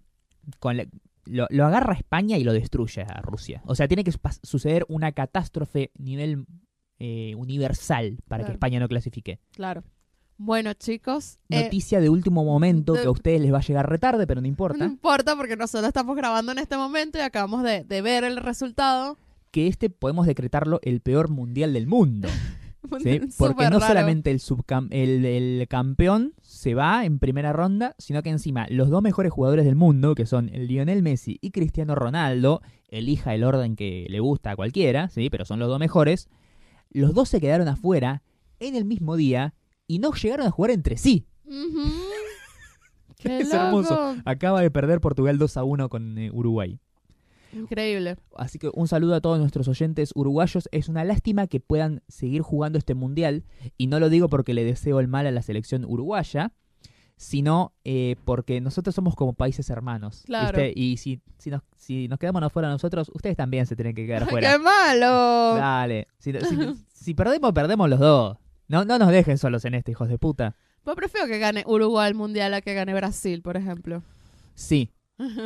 A: con la- lo, lo agarra España y lo destruye a Rusia. O sea, tiene que pas- suceder una catástrofe nivel eh, universal para que
B: Claro. Eh,
A: España no clasifique.
B: Claro. Bueno, chicos. eh,
A: Noticia de último momento
B: de-
A: que a ustedes les va a llegar retarde, pero no
B: no
A: importa.
B: importa porque nosotros estamos grabando en este momento y acabamos de, de ver el resultado.
A: Que este podemos decretarlo el peor mundial del mundo. ¿sí? Porque
B: Súper
A: no
B: raro.
A: solamente el, subcam- el, el campeón se va en primera ronda, sino que encima los dos mejores jugadores del mundo, que son Lionel Messi y Cristiano Ronaldo, elija el orden que le gusta a cualquiera, ¿sí? pero son los dos mejores, los dos se quedaron afuera en el mismo día y no llegaron a jugar entre sí.
B: Ujú. Qué
A: Es hermoso.
B: loco.
A: Acaba de perder Portugal 2 a 1 con eh, Uruguay.
B: Increíble.
A: Así que un saludo a todos nuestros oyentes uruguayos. Es una lástima que puedan seguir jugando este mundial. Y no lo digo porque le deseo el mal a la selección uruguaya, sino eh, porque nosotros somos como países hermanos.
B: Claro.
A: ¿viste? Y si, si, nos, si nos quedamos afuera nosotros, ustedes también se tienen que quedar
B: Ay,
A: afuera.
B: ¡Qué malo!
A: Dale. Si, si- si perdemos, perdemos los dos. No, no nos dejen solos en este, hijos de puta.
B: Pues prefiero que gane Uruguay el mundial a que gane Brasil, por ejemplo.
A: Sí.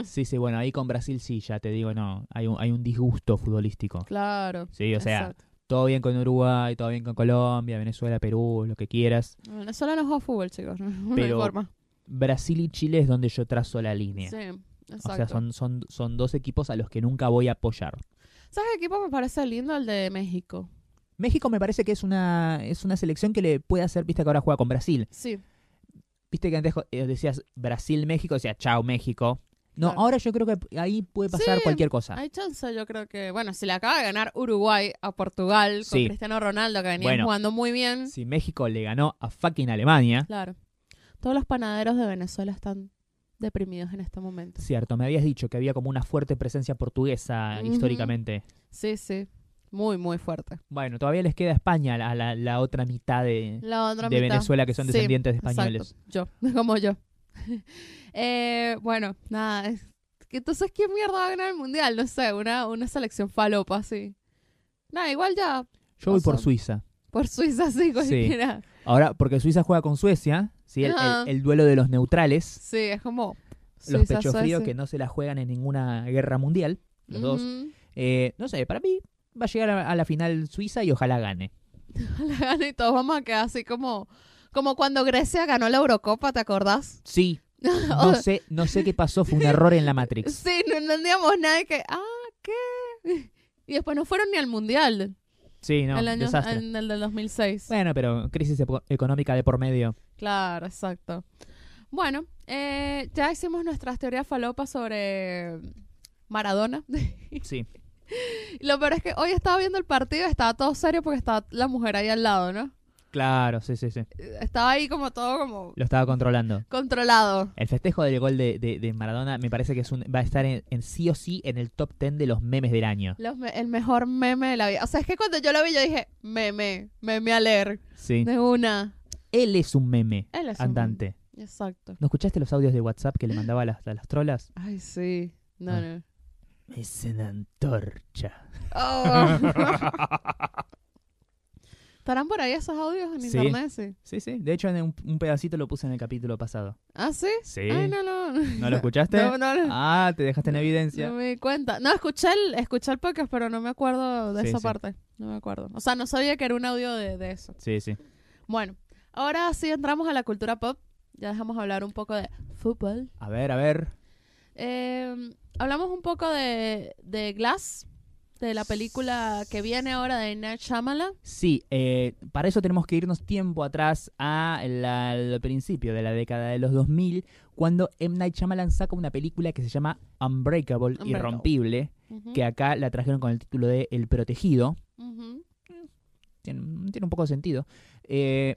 A: Sí, sí, bueno, ahí con Brasil sí, ya te digo, no. Hay un, hay un disgusto futbolístico.
B: Claro.
A: Sí, o sea,
B: exacto.
A: todo bien con Uruguay, todo bien con Colombia, Venezuela, Perú, lo que quieras.
B: Venezuela no juega fútbol, chicos. No, no
A: Pero-
B: hay forma.
A: Brasil y Chile es donde yo trazo la línea.
B: Sí, exacto.
A: o sea, son, son, son dos equipos a los que nunca voy a apoyar.
B: ¿Sabes qué equipo me parece lindo? El de México.
A: México me parece que es una, es una selección que le puede hacer, viste que ahora juega con Brasil.
B: Sí.
A: Viste que antes jo- eh, decías Brasil-México, decías chao México. No,
B: Claro.
A: ahora yo creo que ahí puede pasar
B: Sí.
A: cualquier cosa.
B: Hay chance, yo creo que. Bueno, si le acaba de ganar Uruguay a Portugal con
A: Sí.
B: Cristiano Ronaldo, que venía
A: Bueno.
B: jugando muy bien.
A: Si México le ganó a fucking Alemania,
B: Claro. Todos los panaderos de Venezuela están deprimidos en este momento.
A: cierto, me habías dicho que había como una fuerte presencia portuguesa
B: Ujú.
A: históricamente.
B: Sí, sí. Muy, muy fuerte.
A: Bueno, todavía les queda España, la, la, la otra mitad de,
B: La otra
A: de
B: mitad.
A: Venezuela que son
B: Sí,
A: descendientes de españoles.
B: Exacto, Yo, como yo. Eh, bueno, nada. es- que Entonces, ¿quién mierda va a ganar el mundial? No sé, una, una selección falopa, así. Nada, igual ya
A: Yo voy
B: O sea,
A: por Suiza.
B: por Suiza, sí, cualquiera.
A: Ahora, porque Suiza juega con Suecia, ¿sí? el, el-
B: Ajá.
A: el duelo de los neutrales,
B: Sí, es como.
A: los
B: Suiza,
A: pechos fríos
B: Suecia.
A: que no se la juegan en ninguna guerra mundial, los dos.
B: Ujú.
A: Eh, no sé, para mí va a llegar a, a la final Suiza y ojalá gane.
B: La gana y todos vamos a quedar así como. Como cuando Grecia ganó la Eurocopa, ¿te acordás?
A: Sí, no sé, no sé qué pasó, fue un error en la Matrix.
B: Sí, no entendíamos nada y que. Ah, ¿qué? Y después no fueron ni al mundial
A: Sí, no,
B: el año
A: desastre.
B: en el del 2006.
A: Bueno, pero crisis epo- económica de por medio.
B: Claro, exacto. Bueno, eh, ya hicimos nuestras teorías falopas sobre Maradona.
A: Sí,
B: Lo peor es que hoy estaba viendo el partido, estaba todo serio porque estaba la mujer ahí al lado, ¿no?
A: claro, sí, sí, sí.
B: Eh, Estaba ahí como todo como
A: Lo estaba controlando.
B: controlado.
A: El festejo del gol de, de- de Maradona me parece que es un- va a estar en, en sí o sí en el top 10 de los memes del año.
B: Los me- el mejor meme de la vida. O sea, es que cuando yo lo vi yo dije, meme, meme aler.
A: Sí.
B: De una.
A: Él es un meme
B: Él es un-
A: andante.
B: Exacto.
A: ¿No escuchaste los audios de WhatsApp que le mandaba a las, a las trolas?
B: Ay, sí. No,
A: Ah.
B: no.
A: Es una antorcha. Ah.
B: Oh. ¿Estarán por ahí esos audios en
A: Sí.
B: internet? Sí.
A: Sí, sí. De hecho, en un, un pedacito lo puse en el capítulo pasado.
B: ¿Ah, sí?
A: Sí.
B: Ay, no, no.
A: ¿No lo escuchaste?
B: No, no, no.
A: Ah, te dejaste en
B: No
A: evidencia.
B: me di cuenta. No, escuché el, escuché el podcast, pero no me acuerdo de
A: Sí,
B: esa
A: sí.
B: parte. No me acuerdo. O sea, no sabía que era un audio de, de eso.
A: Sí, sí.
B: Bueno, ahora sí entramos a la cultura pop. Ya dejamos hablar un poco de fútbol.
A: A ver, a ver.
B: Eh, hablamos un poco de, de Glass, de la película que viene ahora de Night Shyamalan.
A: Sí, eh, para eso tenemos que irnos tiempo atrás a la- al principio de la década de los 2000, cuando M. Night Shyamalan saca una película que se llama Unbreakable,
B: Unbreakable.
A: Irrompible,
B: Ujú,
A: que acá la trajeron con el título de El Protegido.
B: ujú.
A: Tiene, tiene un poco de sentido. Eh,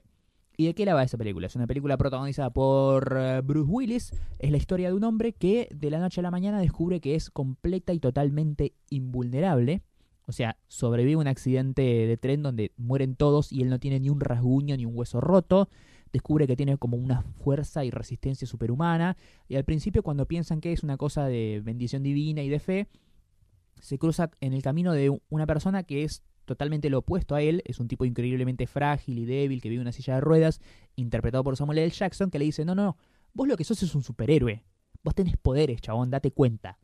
A: ¿Y de qué la va esa película? Es una película protagonizada por eh, Bruce Willis. Es la historia de un hombre que de la noche a la mañana descubre que es completa y totalmente invulnerable. O sea, sobrevive a un accidente de tren donde mueren todos y él no tiene ni un rasguño ni un hueso roto. Descubre que tiene como una fuerza y resistencia superhumana. Y al principio, cuando piensan que es una cosa de bendición divina y de fe, se cruza en el camino de u- una persona que es totalmente lo opuesto a él. Es un tipo increíblemente frágil y débil que vive en una silla de ruedas, interpretado por Samuel L. Jackson, que le dice, no, no, vos lo que sos es un superhéroe. Vos tenés poderes, chabón, date cuenta.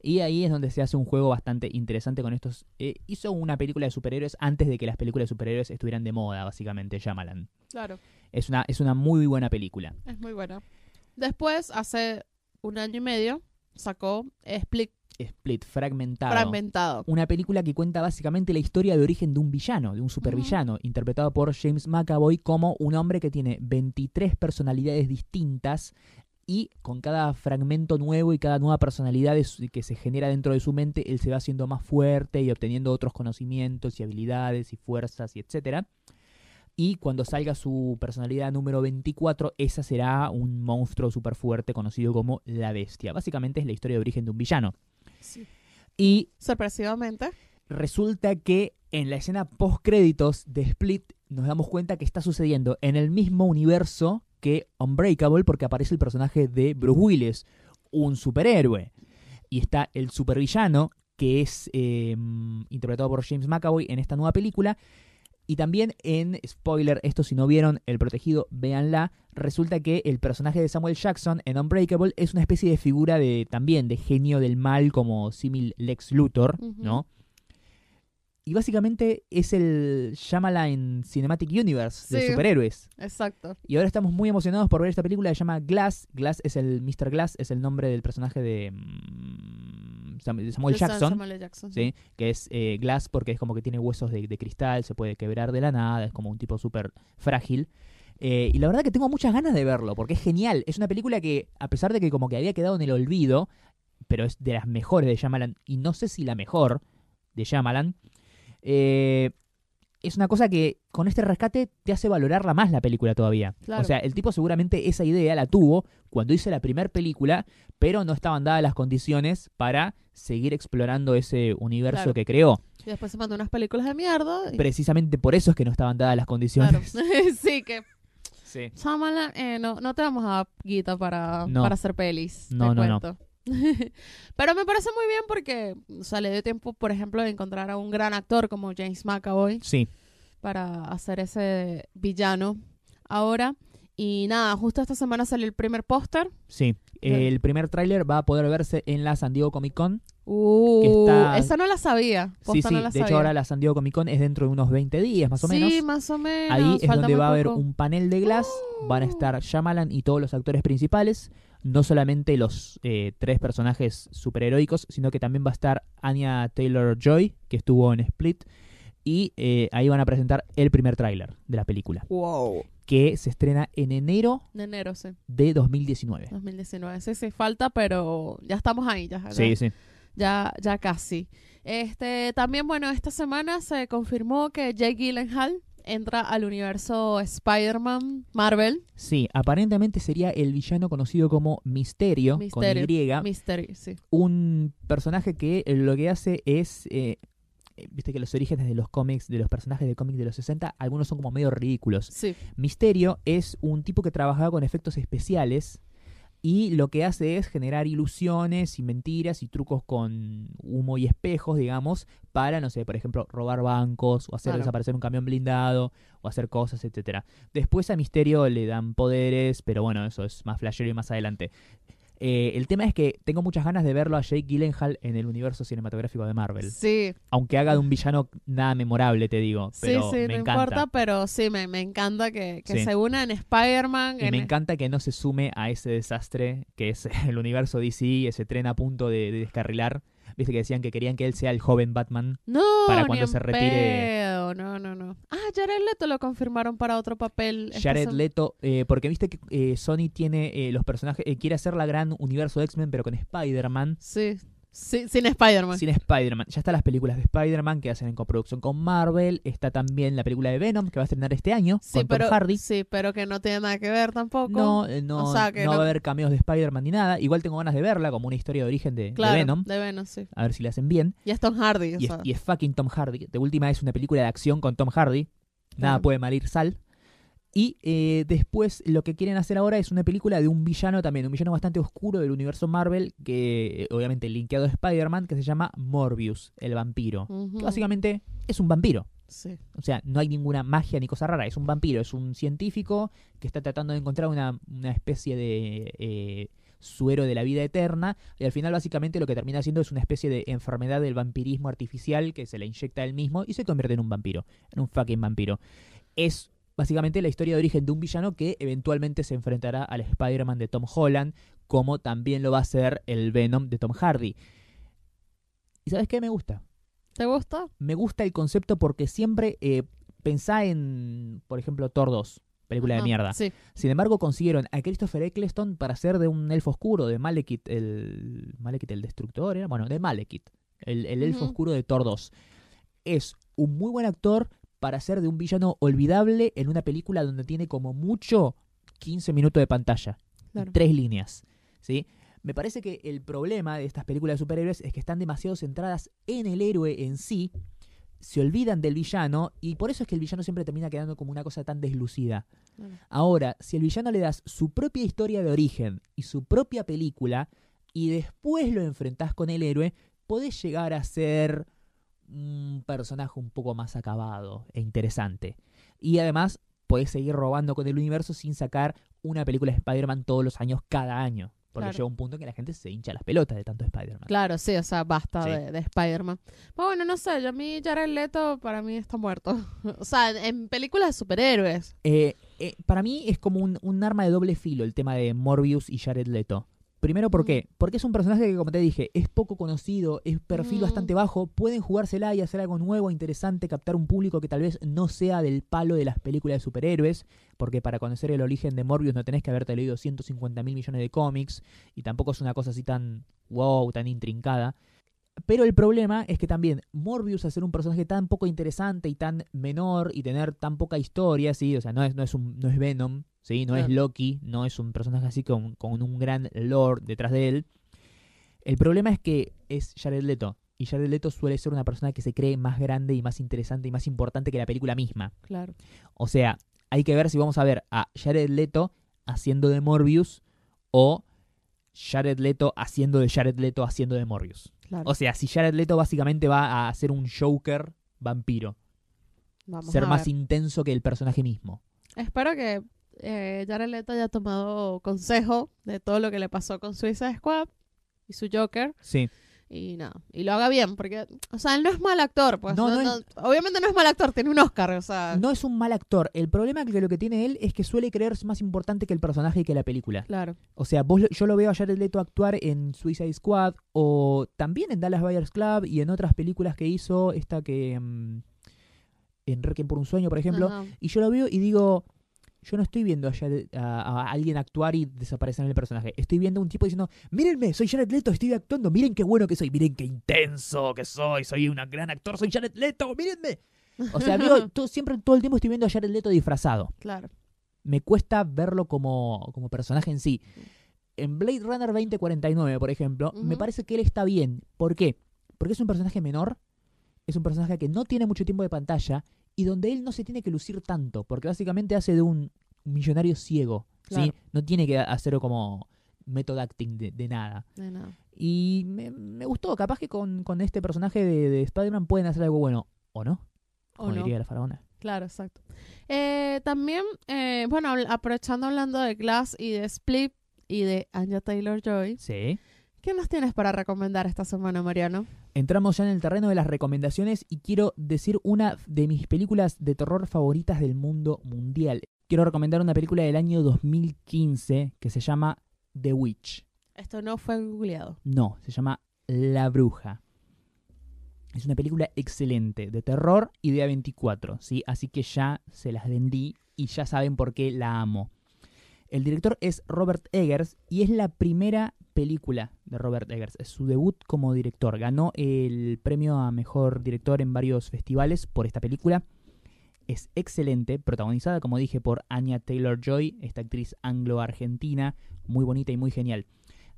A: Y ahí es donde se hace un juego bastante interesante con estos. eh, hizo una película de superhéroes antes de que las películas de superhéroes estuvieran de moda, básicamente, Shyamalan.
B: Claro,
A: Es una, es una muy buena película.
B: es muy buena. Después, hace un año y medio, sacó Split
A: Split, fragmentado.
B: Fragmentado.
A: una película que cuenta básicamente la historia de origen de un villano, de un supervillano, interpretado por James McAvoy como un hombre que tiene 23 personalidades distintas y con cada fragmento nuevo y cada nueva personalidad de su- que se genera dentro de su mente, él se va haciendo más fuerte y obteniendo otros conocimientos y habilidades y fuerzas y etcétera. Y cuando salga su personalidad número 24, esa será un monstruo súper fuerte conocido como la bestia. Básicamente es la historia de origen de un villano.
B: Sí.
A: Y
B: Sorpresivamente.
A: resulta que en la escena post créditos de Split nos damos cuenta que está sucediendo en el mismo universo que Unbreakable porque aparece el personaje de Bruce Willis, un superhéroe. Y está el supervillano que es eh, interpretado por James McAvoy en esta nueva película. Y también en, spoiler, esto si no vieron El Protegido, véanla, resulta que el personaje de Samuel Jackson en Unbreakable es una especie de figura de también de genio del mal como símil Lex Luthor,
B: Ujú.
A: ¿no? Y básicamente es el Shyamalan Cinematic Universe de
B: Sí.
A: superhéroes.
B: Exacto.
A: Y ahora estamos muy emocionados por ver esta película que se llama Glass. Glass es el Mr. Glass, es el nombre del personaje de mm, Sam- de Samuel
B: De Sam-
A: Jackson.
B: Samuel L. Jackson.
A: ¿sí? que es eh, glass porque es como que tiene huesos de, de cristal, se puede quebrar de la nada, es como un tipo súper frágil. Eh, y la verdad que tengo muchas ganas de verlo, porque es genial. Es una película que, a pesar de que como que había quedado en el olvido, pero es de las mejores de Shyamalan, y no sé si la mejor de Shyamalan, eh, es una cosa que con este rescate te hace valorarla más la película todavía.
B: Claro.
A: O sea, el tipo seguramente esa idea la tuvo cuando hizo la primera película, pero no estaban dadas las condiciones para seguir explorando ese universo
B: Claro.
A: que creó.
B: Y después se mandó unas películas de mierda. y-
A: Precisamente por eso es que no estaban dadas las
B: Claro.
A: condiciones.
B: sí, que
A: Sí.
B: Shyamalan, eh, no, no te vamos a dar guita para,
A: No.
B: para hacer pelis.
A: No,
B: te
A: no, no.
B: cuento. Pero me parece muy bien porque, o sea, le dio tiempo, por ejemplo, de encontrar a un gran actor como James McAvoy
A: Sí,
B: para hacer ese villano ahora. Y nada, justo esta semana salió el primer póster.
A: sí. El primer tráiler va a poder verse en la San Diego Comic Con.
B: Uh,
A: está-
B: esa no la sabía.
A: Sí,
B: Posta,
A: sí.
B: no la
A: De hecho,
B: sabía.
A: ahora la San Diego Comic Con es dentro de unos 20 días, más o menos.
B: Sí, más o menos.
A: Ahí es
B: falta
A: donde
B: muy
A: va a haber
B: poco.
A: un panel de Glass. Van a estar Shyamalan y todos los actores principales. No solamente los eh, tres personajes superheroicos, sino que también va a estar Anya Taylor Joy, que estuvo en Split. Y eh, ahí van a presentar el primer tráiler de la película,
B: Wow.
A: que se estrena en enero
B: En enero, sí.
A: de 2019.
B: 2019. Sí, sí, falta, pero ya estamos ahí. Ya,
A: Sí, sí.
B: ya, ya casi. Este, también, bueno, esta semana se confirmó que Jake Gyllenhaal entra al universo Spider-Man Marvel
A: Sí, aparentemente sería el villano conocido como Misterio,
B: Misterio.
A: con Y,
B: Mystery, sí.
A: un personaje que eh, lo que hace es. eh, eh, Viste que los orígenes de los cómics, de los personajes de cómics de los 60, algunos son como medio ridículos.
B: Sí,
A: Misterio es un tipo que trabajaba con efectos especiales y lo que hace es generar ilusiones y mentiras y trucos con humo y espejos, digamos, para, no sé, por ejemplo, robar bancos o hacer
B: Claro.
A: desaparecer un camión blindado o hacer cosas, etcétera. Después a Misterio le dan poderes, pero bueno, eso es más flashero y más adelante. Eh, el tema es que tengo muchas ganas de verlo a Jake Gyllenhaal en el universo cinematográfico de Marvel.
B: sí,
A: Aunque haga de un villano nada memorable, te digo.
B: sí,
A: Pero
B: sí,
A: me
B: no
A: encanta.
B: importa, pero sí, me, me encanta que, que
A: Sí.
B: se una en Spider-Man.
A: Y
B: en-
A: me encanta que no se sume a ese desastre que es el universo DC, ese tren a punto de, de descarrilar. Viste que decían que querían que él sea el joven Batman.
B: No,
A: para
B: ni
A: cuando
B: en
A: se retire-
B: pedo, No, no, no. Ah, Jared Leto lo confirmaron para otro papel. esta
A: Jared
B: sem-
A: Leto, eh, porque viste que eh, Sony tiene eh, los personajes, eh, quiere hacer la gran universo de X-Men, pero con Spider-Man.
B: Sí, sí, sin Spider-Man.
A: Sin Spider-Man. Ya están las películas de Spider-Man que hacen en coproducción con Marvel. Está también la película de Venom que va a estrenar este año
B: Sí,
A: con
B: pero,
A: Tom Hardy.
B: sí, pero que no tiene nada que ver tampoco.
A: No, eh, no,
B: O sea, que
A: no va
B: no-
A: a haber cameos de Spider-Man ni nada. Igual tengo ganas de verla como una historia de origen de-
B: claro,
A: de Venom.
B: De Venom, sí.
A: A ver si la hacen bien.
B: Y es Tom Hardy. o
A: y, es,
B: sea.
A: y es fucking Tom Hardy. De última es una película de acción con Tom Hardy. Nada
B: Claro.
A: puede mal ir sal. Y eh, después lo que quieren hacer ahora es una película de un villano también, un villano bastante oscuro del universo Marvel, que eh, obviamente linkeado a Spider-Man, que se llama Morbius, el vampiro.
B: Ujú.
A: Que Básicamente es un vampiro.
B: Sí.
A: O sea, no hay ninguna magia ni cosa rara. Es un vampiro, es un científico que está tratando de encontrar una, una especie de eh, suero de la vida eterna. Y al final, básicamente, lo que termina siendo es una especie de enfermedad del vampirismo artificial que se le inyecta a él mismo y se convierte en un vampiro, en un fucking vampiro. Es básicamente la historia de origen de un villano que eventualmente se enfrentará al Spider-Man de Tom Holland, como también lo va a hacer el Venom de Tom Hardy. ¿Y sabes qué me gusta?
B: ¿Te gusta?
A: Me gusta el concepto porque siempre eh, pensá en, por ejemplo, Thor 2, película
B: Ah,
A: de mierda.
B: Sí.
A: Sin embargo, consiguieron a Christopher Eccleston para ser de un elfo oscuro, de Malekith, el. Malekith el destructor, ¿era? Bueno, de Malekith, el, el elfo
B: Ujú.
A: oscuro de Thor 2. Es un muy buen actor para ser de un villano olvidable en una película donde tiene como mucho 15 minutos de pantalla
B: Claro.
A: tres líneas. ¿sí? Me parece que el problema de estas películas de superhéroes es que están demasiado centradas en el héroe en sí, se olvidan del villano y por eso es que el villano siempre termina quedando como una cosa tan deslucida.
B: Claro.
A: Ahora, si al villano le das su propia historia de origen y su propia película y después lo enfrentás con el héroe, podés llegar a ser un personaje un poco más acabado e interesante. Y además, podés seguir robando con el universo sin sacar una película de Spider-Man todos los años, cada año. Porque
B: Claro.
A: llega un punto en que la gente se hincha las pelotas de tanto Spider-Man.
B: Claro, sí, o sea, basta
A: Sí.
B: de, de Spider-Man. Pero bueno, no sé, yo a mí Jared Leto para mí está muerto. o sea, en, en películas de superhéroes.
A: Eh, eh, para mí es como un, un arma de doble filo el tema de Morbius y Jared Leto. Primero, ¿por qué? Porque es un personaje que, como te dije, es poco conocido, es perfil
B: Mm.
A: bastante bajo, pueden jugársela y hacer algo nuevo, interesante, captar un público que tal vez no sea del palo de las películas de superhéroes, porque para conocer el origen de Morbius no tenés que haberte leído 150 mil millones de cómics, y tampoco es una cosa así tan wow, tan intrincada. Pero el problema es que también Morbius hacer un personaje tan poco interesante y tan menor y tener tan poca historia, sí, o sea, no es, no es, un, no es Venom, sí, no es
B: Claro.
A: Loki, no es un personaje así con, con un gran lore detrás de él. El problema es que es Jared Leto. Y Jared Leto suele ser una persona que se cree más grande y más interesante y más importante que la película misma.
B: Claro.
A: O sea, hay que ver si vamos a ver a Jared Leto haciendo de Morbius o Jared Leto haciendo de Jared Leto haciendo de Morbius.
B: Claro.
A: O sea, si Jared Leto básicamente va a hacer un Joker vampiro,
B: Vamos
A: ser
B: a
A: más
B: ver.
A: intenso que el personaje mismo.
B: Espero que eh, Jared Leto haya tomado consejo de todo lo que le pasó con Suiza Squad y su Joker.
A: Sí.
B: Y nada, y lo haga bien, porque, o sea, él no es mal actor, pues.
A: No,
B: no-
A: no es-
B: no- obviamente no es mal actor, tiene un Oscar, o sea.
A: No es un mal actor. El problema que lo que tiene él es que suele creerse más importante que el personaje y que la película.
B: Claro,
A: O sea, vos, lo- yo lo veo a Jared Leto actuar en Suicide Squad o también en Dallas Buyers Club y en otras películas que hizo, esta que... mm, en Requiem por un sueño, por ejemplo.
B: Ajá.
A: Y yo lo veo y digo, yo no estoy viendo a, Jared- a- a alguien actuar y desaparecer en el personaje. Estoy viendo a un tipo diciendo, mírenme, soy Jared Leto, estoy actuando, miren qué bueno que soy, miren qué intenso que soy, soy un gran actor, soy Jared Leto, mírenme. O sea, veo, to- siempre todo el tiempo estoy viendo a Jared Leto disfrazado
B: claro.
A: me cuesta verlo como, como personaje en sí. En Blade Runner 2049, por ejemplo, me
B: Ujú.
A: parece que él está bien. ¿Por qué? Porque es un personaje menor, es un personaje que no tiene mucho tiempo de pantalla y donde él no se tiene que lucir tanto, porque básicamente hace de un millonario ciego. ¿sí?
B: Claro.
A: No tiene que hacer como método acting de, de nada.
B: De nada.
A: Y me, me gustó, capaz que con, con este personaje de, de Spider-Man pueden hacer algo bueno, ¿o no?
B: O
A: como
B: no.
A: diría la faraona.
B: Claro, exacto. Eh, también, eh, bueno, habl- aprovechando hablando de Glass y de Split y de Anya Taylor Joy,
A: Sí.
B: ¿qué nos tienes para recomendar esta semana, Mariano?
A: Entramos ya en el terreno de las recomendaciones y quiero decir una de mis películas de terror favoritas del mundo mundial. Quiero recomendar una película del año 2015 que se llama The Witch.
B: Esto no fue googleado.
A: No, se llama La Bruja. Es una película excelente, de terror y de A24, ¿sí? Así que ya se las vendí y ya saben por qué la amo. El director es Robert Eggers y es la primera película de Robert Eggers. Es su debut como director. Ganó el premio a mejor director en varios festivales por esta película. Es excelente, protagonizada, como dije, por Anya Taylor Joy, esta actriz anglo-argentina, muy bonita y muy genial.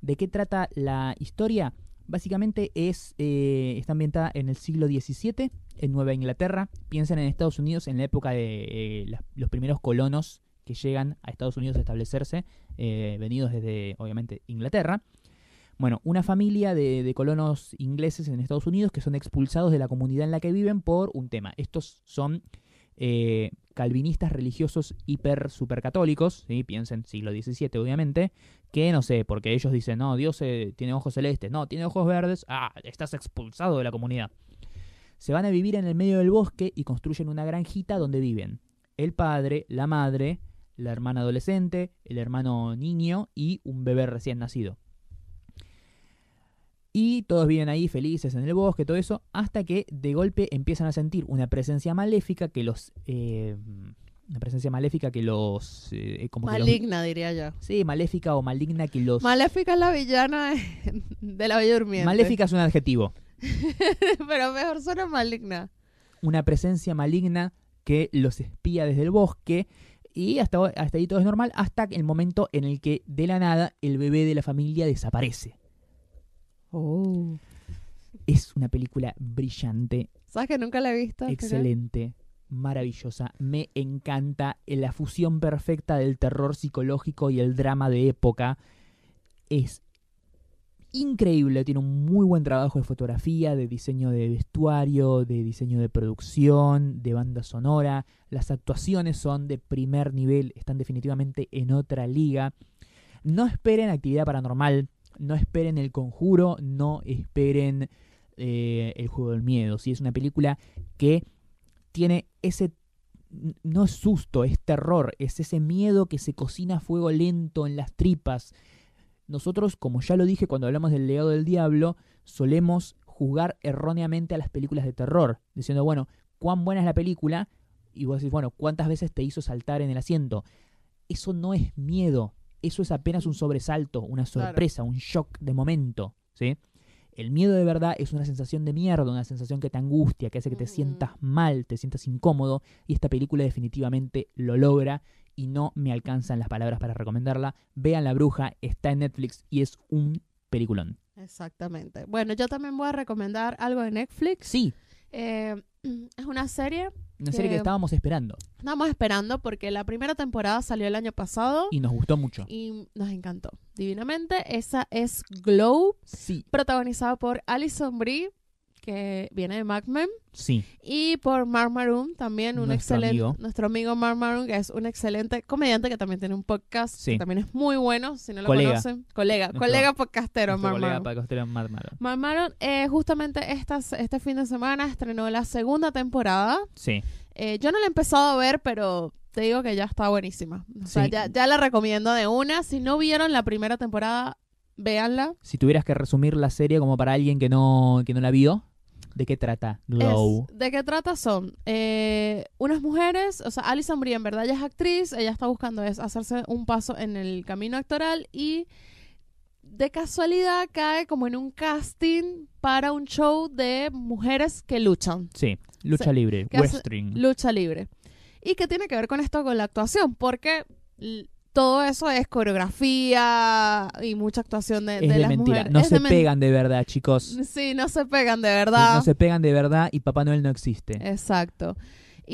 A: ¿De qué trata la historia? Básicamente es, eh, está ambientada en el siglo XVII, en Nueva Inglaterra. Piensen en Estados Unidos en la época de eh, las- los primeros colonos que llegan a Estados Unidos a establecerse, eh, venidos desde, obviamente, Inglaterra. Bueno, una familia de, de colonos ingleses en Estados Unidos que son expulsados de la comunidad en la que viven por un tema. Estos son eh, eh, calvinistas religiosos hiper supercatólicos, ¿sí? piensen siglo XVII obviamente, que no sé, porque ellos dicen, no, Dios eh, tiene ojos celestes, no, tiene ojos verdes, ah, estás expulsado de la comunidad. Se van a vivir en el medio del bosque y construyen una granjita donde viven el padre, la madre, la hermana adolescente, el hermano niño y un bebé recién nacido. Y todos viven ahí felices en el bosque, todo eso, hasta que de golpe empiezan a sentir una presencia maléfica que los... eh, una presencia maléfica que los... eh, como que los-
B: Maligna, diría yo.
A: sí, maléfica o maligna que los...
B: Maléfica es la villana de- de la Bella Durmiente.
A: maléfica es un adjetivo.
B: Pero mejor suena maligna.
A: Una presencia maligna que los espía desde el bosque. Y hasta, ho- hasta ahí todo es normal, hasta el momento en el que de la nada el bebé de la familia desaparece.
B: Oh.
A: Es una película brillante,
B: ¿Sabes que nunca la he visto?
A: excelente, maravillosa. Me encanta eh, la fusión perfecta del terror psicológico y el drama de época. Es increíble, tiene un muy buen trabajo de fotografía, de diseño de vestuario, de diseño de producción, de banda sonora. Las actuaciones son de primer nivel, están definitivamente en otra liga. No esperen actividad paranormal, no esperen el conjuro, no esperen eh, el juego del miedo. ¿sí? Es una película que tiene ese... n- No es susto, es terror, es ese miedo que se cocina a fuego lento en las tripas. Nosotros, como ya lo dije cuando hablamos del legado del diablo, solemos juzgar erróneamente a las películas de terror, diciendo, bueno, cuán buena es la película, y vos decís, bueno, cuántas veces te hizo saltar en el asiento. Eso no es miedo, eso es apenas un sobresalto, una
B: Claro.
A: sorpresa, un shock de momento, ¿sí? El miedo de verdad es una sensación de mierda, una sensación que te angustia, que hace que te
B: Ujú.
A: sientas mal, te sientas incómodo, y esta película definitivamente lo logra y no me alcanzan las palabras para recomendarla. Vean La Bruja, está en Netflix y es un peliculón.
B: Exactamente. Bueno, yo también voy a recomendar algo de Netflix.
A: Sí,
B: Eh, es una serie.
A: una serie que
B: Que-
A: estábamos esperando
B: Estamos esperando porque la primera temporada salió el año pasado
A: y nos gustó mucho.
B: y nos encantó divinamente. Esa es Glow,
A: Sí,
B: protagonizada por Alison Brie, que viene de Mad Men.
A: sí,
B: Y por Mark Maroon, también un
A: Nuestro
B: excelente.
A: amigo.
B: Nuestro amigo Mark Maroon, que es un excelente comediante que también tiene un podcast.
A: Sí.
B: Que también es muy bueno, si no lo
A: Colega.
B: conocen. Colega,
A: Nuestro-
B: colega podcastero,
A: Nuestro
B: Mark
A: colega
B: Maroon.
A: Paco Estela Marmaro.
B: Mark Maron, eh, justamente estas- este fin de semana estrenó la segunda temporada.
A: Sí,
B: Eh, yo no la he empezado a ver, pero te digo que ya está buenísima. O sea,
A: Sí.
B: ya, ya la recomiendo de una. Si no vieron la primera temporada, véanla.
A: si tuvieras que resumir la serie como para alguien que no, que no la vio, ¿de qué trata Glow?
B: Es- ¿De qué trata? Son eh, unas mujeres, o sea, Alison Brie en verdad ella es actriz, ella está buscando es hacerse un paso en el camino actoral y de casualidad cae como en un casting para un show de mujeres que luchan,
A: Sí, lucha
B: se-
A: libre,
B: que hace-
A: wrestling.
B: lucha libre. ¿Y qué tiene que ver con esto, con la actuación? Porque l- todo eso es coreografía y mucha actuación de,
A: Es
B: de
A: de
B: las
A: mentira,
B: mujeres.
A: no
B: Es
A: se
B: de men-
A: pegan de verdad, chicos.
B: Sí, no se pegan de verdad. Eh,
A: No se pegan de verdad y Papá Noel no existe.
B: Exacto.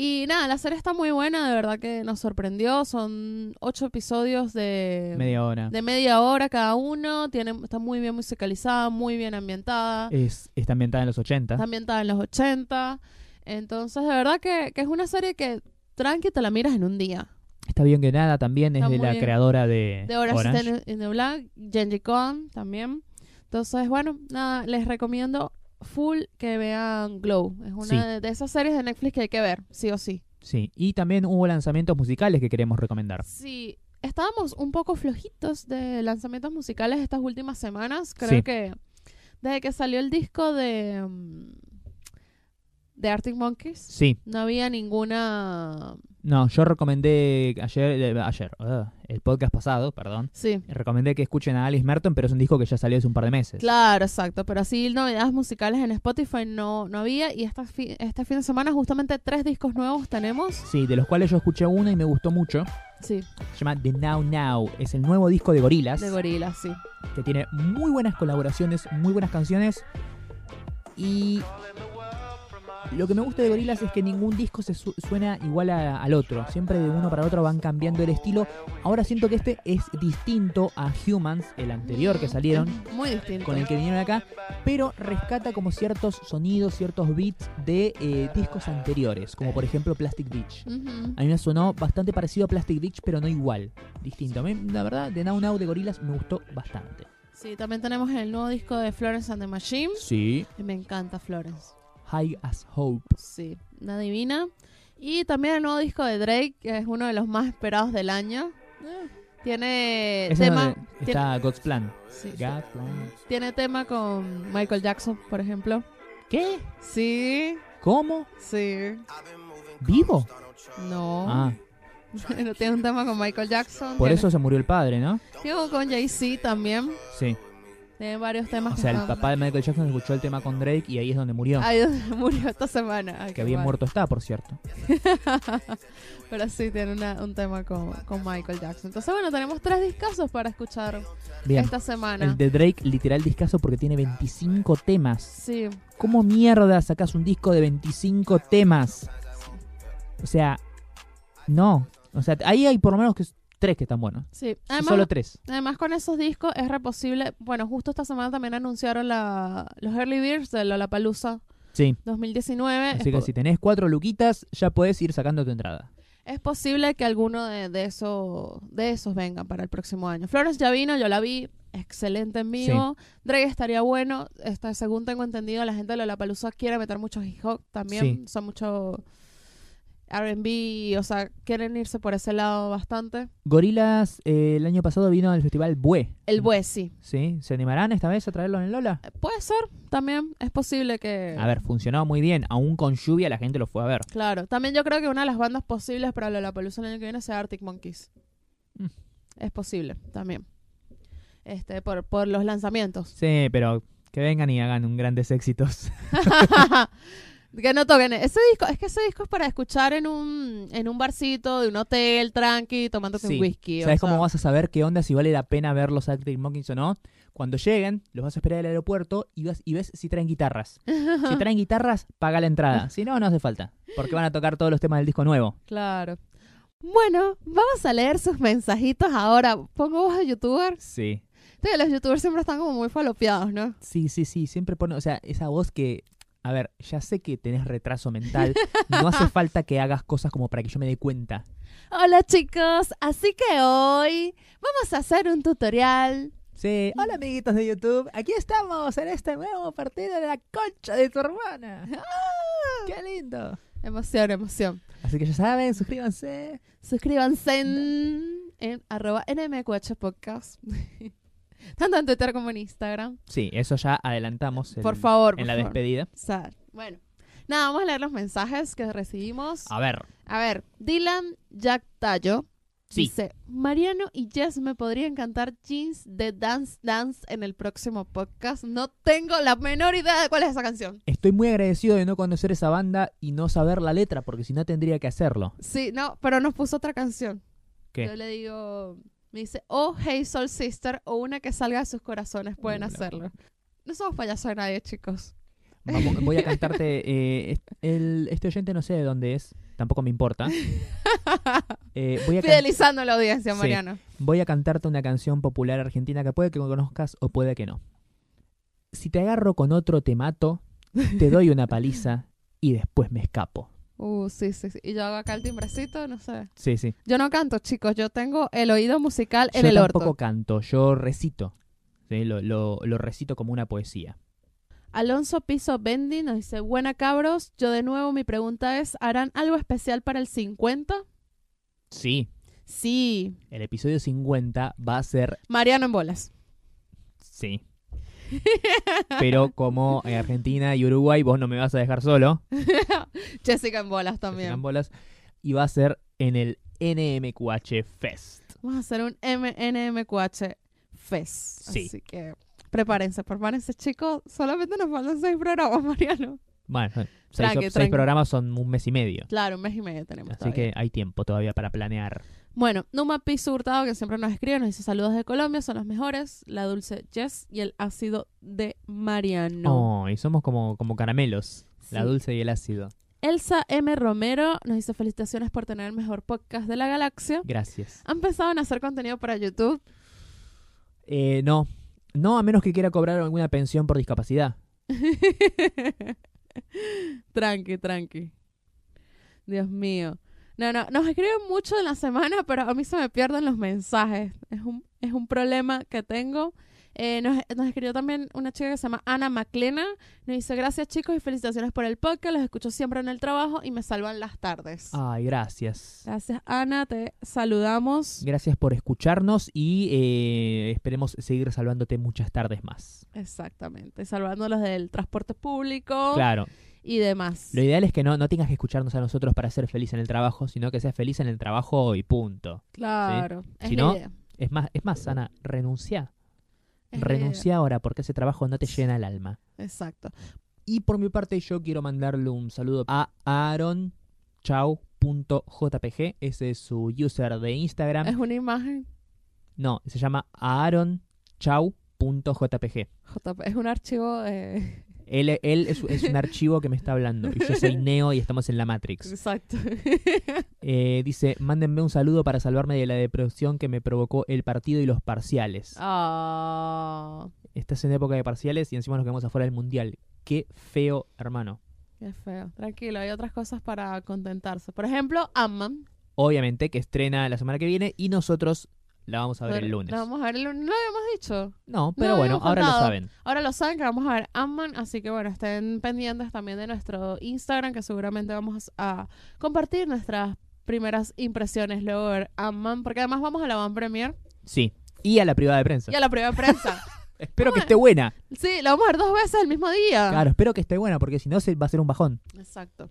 B: Y nada, la serie está muy buena, de verdad que nos sorprendió. Son ocho episodios de
A: Media hora.
B: de media hora cada uno. Tiene, está muy bien musicalizada, muy bien ambientada.
A: Es, está ambientada en los 80.
B: Está ambientada en los 80. Entonces, de verdad que, que es una serie que tranqui te la miras en un día.
A: Está bien que nada también, es
B: Está
A: de
B: muy
A: la
B: bien.
A: creadora de,
B: De Orange,
A: Orange.
B: is the New- is the New Black, Genji Khan también. Entonces, bueno, nada, les recomiendo full que vean Glow. Es una
A: Sí.
B: de- de esas series de Netflix que hay que ver, sí o sí.
A: Sí, y también hubo lanzamientos musicales que queremos recomendar.
B: Sí, estábamos un poco flojitos de lanzamientos musicales estas últimas semanas. Creo
A: Sí.
B: que desde que salió el disco de, mm, de Arctic Monkeys,
A: Sí,
B: no había ninguna...
A: no, yo recomendé ayer, eh, ayer ah, el podcast pasado, perdón,
B: Sí,
A: recomendé que escuchen a Alice Merton, pero es un disco que ya salió hace un par de meses.
B: claro, exacto. Pero así novedades musicales en Spotify no, no había. Y esta fi- este fin de semana justamente tres discos nuevos tenemos.
A: Sí, de los cuales yo escuché uno y me gustó mucho.
B: Sí,
A: Se llama The Now Now. Es el nuevo disco de Gorilas,
B: de gorilas, sí.
A: que tiene muy buenas colaboraciones, muy buenas canciones. Y Lo que me gusta de Gorillaz es que ningún disco se su- suena igual a- al otro. Siempre de uno para otro van cambiando el estilo. Ahora siento que este es distinto a Humans, el anterior que salieron,
B: Muy distinto.
A: con el que vinieron acá, pero rescata como ciertos sonidos, ciertos beats de eh, discos anteriores, como por ejemplo Plastic Beach.
B: Ujú.
A: A mí me sonó bastante parecido a Plastic Beach, pero no igual, distinto. A mí, la verdad, de Now Now de Gorillaz me gustó bastante.
B: Sí, también tenemos el nuevo disco de Florence and the Machine.
A: Sí.
B: Me encanta Florence.
A: High as Hope.
B: Sí, una divina. Y también el nuevo disco de Drake, que es uno de los más esperados del año. Tiene
A: Ese Ah. es
B: Eh, tema.
A: donde está God's Plan.
B: sí,
A: God's Plan.
B: Tiene tema con Michael Jackson, por ejemplo.
A: ¿Qué?
B: Sí,
A: ¿Cómo?
B: sí.
A: ¿Vivo?
B: No.
A: Ah,
B: No tiene un tema con Michael Jackson.
A: por
B: tiene-
A: eso se murió el padre, ¿no?
B: Tiene uno con Jay-Z también.
A: Sí.
B: Tiene varios temas.
A: O sea,
B: que
A: el
B: están-
A: papá de Michael Jackson escuchó el tema con Drake y ahí es donde murió.
B: Ah, Ay, murió esta semana. Ay,
A: Que
B: qué
A: bien
B: mal.
A: muerto está, por cierto.
B: Pero sí, tiene una- un tema con, con Michael Jackson. Entonces, bueno, tenemos tres discazos para escuchar
A: Bien.
B: esta semana.
A: El de Drake, literal discazo porque tiene 25 temas.
B: Sí,
A: ¿Cómo mierda sacas un disco de 25 temas? O sea, no. O sea, ahí hay por lo menos que tres que están buenos.
B: sí.
A: Y
B: Además,
A: Solo tres.
B: además con esos discos es reposible. Bueno, justo esta semana también anunciaron la, los Early Beers de Lollapalooza
A: Sí.
B: 2019.
A: Así
B: es,
A: Ah, que
B: po-
A: si tenés cuatro luquitas, ya puedes ir sacando tu entrada.
B: es posible que alguno de, de, esos, de esos venga para el próximo año. Flores ya vino, yo la vi. Excelente en vivo. Drake estaría bueno. Está, según tengo entendido, la gente de Lollapalooza quiere meter muchos hip hop también. Son mucho R&B. O sea, quieren irse por ese lado bastante.
A: Gorilas eh, el año pasado vino al festival Bue.
B: El Bue, sí.
A: ¿Sí? ¿Se animarán esta vez a traerlo en el Lola?
B: Eh, Puede ser. También es posible que...
A: A ver, funcionó muy bien. Aún con lluvia la gente lo fue a ver.
B: Claro, también yo creo que una de las bandas posibles para Lollapalooza el año que viene sea Arctic Monkeys.
A: Mm.
B: Es posible también. Este, por, por los lanzamientos.
A: Sí, pero que vengan y hagan un grandes éxitos.
B: que no toquen. Ese disco, es que ese disco es para escuchar en un, en un barcito de un hotel, tranqui, tomándote
A: Sí.
B: un whisky. o
A: ¿Sabes
B: sea,
A: cómo vas a saber qué onda si vale la pena ver los Arctic Monkeys o no? Cuando lleguen, los vas a esperar al aeropuerto y, vas, y ves si traen guitarras. Si traen guitarras, paga la entrada. Si no, no hace falta. Porque van a tocar todos los temas del disco nuevo.
B: Claro. Bueno, vamos a leer sus mensajitos ahora. Pongo voz de youtuber.
A: Sí.
B: Sí, los youtubers siempre están como muy falopeados, ¿no?
A: Sí, sí, sí. Siempre pone. O sea, esa voz que. A ver, ya sé que tenés retraso mental. No hace falta que hagas cosas como para que yo me dé cuenta.
B: Hola chicos, así que hoy vamos a hacer un tutorial
A: Sí, hola amiguitos de YouTube, aquí estamos en este nuevo partido de la concha de tu hermana. ¡Qué lindo!
B: Emoción, emoción.
A: Así que ya saben, suscríbanse.
B: Suscríbanse en, en arroba NMQH Podcast. Tanto en Twitter como en Instagram.
A: Sí, eso ya adelantamos. el-
B: por favor.
A: En
B: por
A: la
B: favor.
A: despedida.
B: O sea, bueno. Nada, vamos a leer los mensajes que recibimos.
A: A ver,
B: A ver, Dylan Jack Tallo
A: Sí.
B: dice: Mariano y Jess me podrían cantar jeans de Dance Dance en el próximo podcast. No tengo la menor idea de cuál es esa canción.
A: estoy muy agradecido de no conocer esa banda y no saber la letra, porque si no tendría que hacerlo.
B: Sí, no, pero nos puso otra canción.
A: ¿Qué?
B: Yo le digo, me dice, oh, hey, Soul Sister, o una que salga de sus corazones, pueden
A: Uh, la
B: hacerlo. No somos payasos de nadie, chicos.
A: Vamos- voy a cantarte. eh, est- el, este oyente no sé de dónde es, tampoco me importa. Eh, voy, a can-
B: Fidelizando la audiencia,
A: Sí.
B: Mariano.
A: voy a cantarte una canción popular argentina que puede que conozcas o puede que no. Si te agarro con otro, te mato, te doy una paliza y después me escapo.
B: Uh, sí, sí, sí. Y yo hago acá el timbrecito, no sé.
A: Sí, sí.
B: Yo no canto, chicos. Yo tengo el oído musical en
A: yo
B: el
A: tampoco
B: orto.
A: canto, yo recito. Sí, Lo, lo- lo recito como una poesía.
B: Alonso Piso Bendy nos dice, buena cabros, yo de nuevo mi pregunta es, ¿harán algo especial para el 50?
A: Sí,
B: Sí.
A: el episodio 50 va a ser
B: Mariano en bolas.
A: sí. Pero como en Argentina y Uruguay vos no me vas a dejar solo,
B: Jessica en bolas
A: que
B: también.
A: serán bolas, y va a ser en el NMQH Fest.
B: Vamos a hacer un MNMQH Fest.
A: Sí.
B: Así que prepárense, prepárense, chicos. Solamente nos faltan seis programas, Mariano.
A: Bueno, seis,
B: Tranqui,
A: seis
B: tranqui.
A: programas son un mes y medio.
B: Claro, un mes y medio tenemos.
A: Así que
B: todavía.
A: hay tiempo todavía para planear.
B: Bueno, Numa Piso Hurtado, que siempre nos escribe, nos dice saludos de Colombia, son los mejores. La dulce Jess y el ácido de Mariano.
A: Oh. No, y somos como, como caramelos. La
B: Sí.
A: dulce y el ácido.
B: Elsa M. Romero nos dice felicitaciones por tener el mejor podcast de la galaxia.
A: Gracias.
B: ¿Han pensado en hacer contenido para YouTube?
A: Eh, no. No, a menos que quiera cobrar alguna pensión por discapacidad.
B: tranqui, tranqui. Dios mío. No, no, nos escriben mucho en la semana, pero a mí se me pierden los mensajes. Es un, es un problema que tengo. Eh, nos, nos escribió también una chica que se llama Ana Maclena. Nos dice, gracias chicos y felicitaciones por el podcast. Los escucho siempre en el trabajo y me salvan las tardes.
A: Ay, gracias.
B: Gracias Ana, te saludamos.
A: Gracias por escucharnos y eh, esperemos seguir salvándote muchas tardes más.
B: Exactamente, salvándolos del transporte público
A: Claro.
B: y demás.
A: Lo ideal es que no, no tengas que escucharnos a nosotros para ser feliz en el trabajo, sino que seas feliz en el trabajo y punto.
B: Claro, es
A: Si
B: la
A: no,
B: idea,
A: Es más, es más sana, renuncia.
B: es la
A: Renuncia ahora porque ese trabajo no te llena el alma.
B: idea. Exacto.
A: Y por mi parte yo quiero mandarle un saludo a Aaron Chau.jpg. Ese es su user de Instagram.
B: Es una imagen,
A: No, se llama Aaron Chau.jpg.
B: JP, es un archivo eh,
A: Él, él es, es un archivo que me está hablando. Y yo soy Neo y estamos en la Matrix.
B: Exacto.
A: Eh, dice, mándenme un saludo para salvarme de la depresión que me provocó el partido y los parciales.
B: Ah,
A: Estás en época de parciales y encima nos quedamos afuera del mundial. Qué feo, hermano.
B: qué feo. Tranquilo, hay otras cosas para contentarse. Por ejemplo, Amman.
A: Obviamente que estrena la semana que viene y nosotros la vamos a ver el lunes.
B: vamos a ver el lunes. No lo habíamos dicho.
A: No,
B: No,
A: pero bueno,
B: habíamos
A: ahora lo
B: contado.
A: saben.
B: Ahora lo saben que vamos a ver Amman, así que bueno, estén pendientes también de nuestro Instagram, que seguramente vamos a compartir nuestras primeras impresiones luego de ver Amman, porque además vamos a la Van Premier
A: Sí. Y a la privada de prensa.
B: y a la prueba de prensa.
A: Espero que esté buena.
B: sí, la vamos a ver dos veces el mismo día.
A: Claro, espero que esté buena porque si no se va a ser un bajón.
B: Exacto.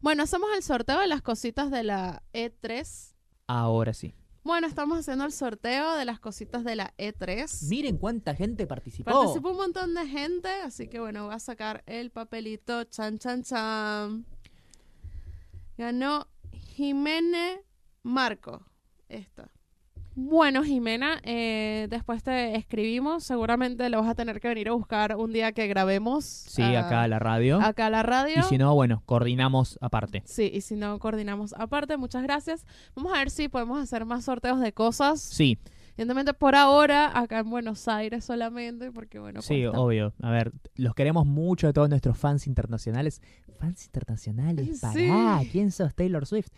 B: Bueno, hacemos el sorteo de las cositas de la E3.
A: Ahora sí.
B: Bueno, estamos haciendo el sorteo de las cositas de la E3.
A: Miren cuánta gente participó.
B: Participó un montón de gente, así que bueno, voy a sacar el papelito. Chan, chan, chan. Ganó Jimene Marco. Esta. Bueno, Jimena, eh, después te escribimos. Seguramente lo vas a tener que venir a buscar un día que grabemos.
A: Sí,
B: ah,
A: acá a la radio.
B: acá a la radio.
A: Y si no, bueno, coordinamos aparte.
B: Sí, y si no, coordinamos aparte. Muchas gracias. Vamos a ver si podemos hacer más sorteos de cosas.
A: Sí,
B: Evidentemente, por ahora, acá en Buenos Aires solamente, porque bueno,
A: Sí,
B: cuesta.
A: obvio. A ver, los queremos mucho a todos nuestros fans internacionales. Fans internacionales, pará,
B: Sí.
A: ¿quién sos Taylor Swift?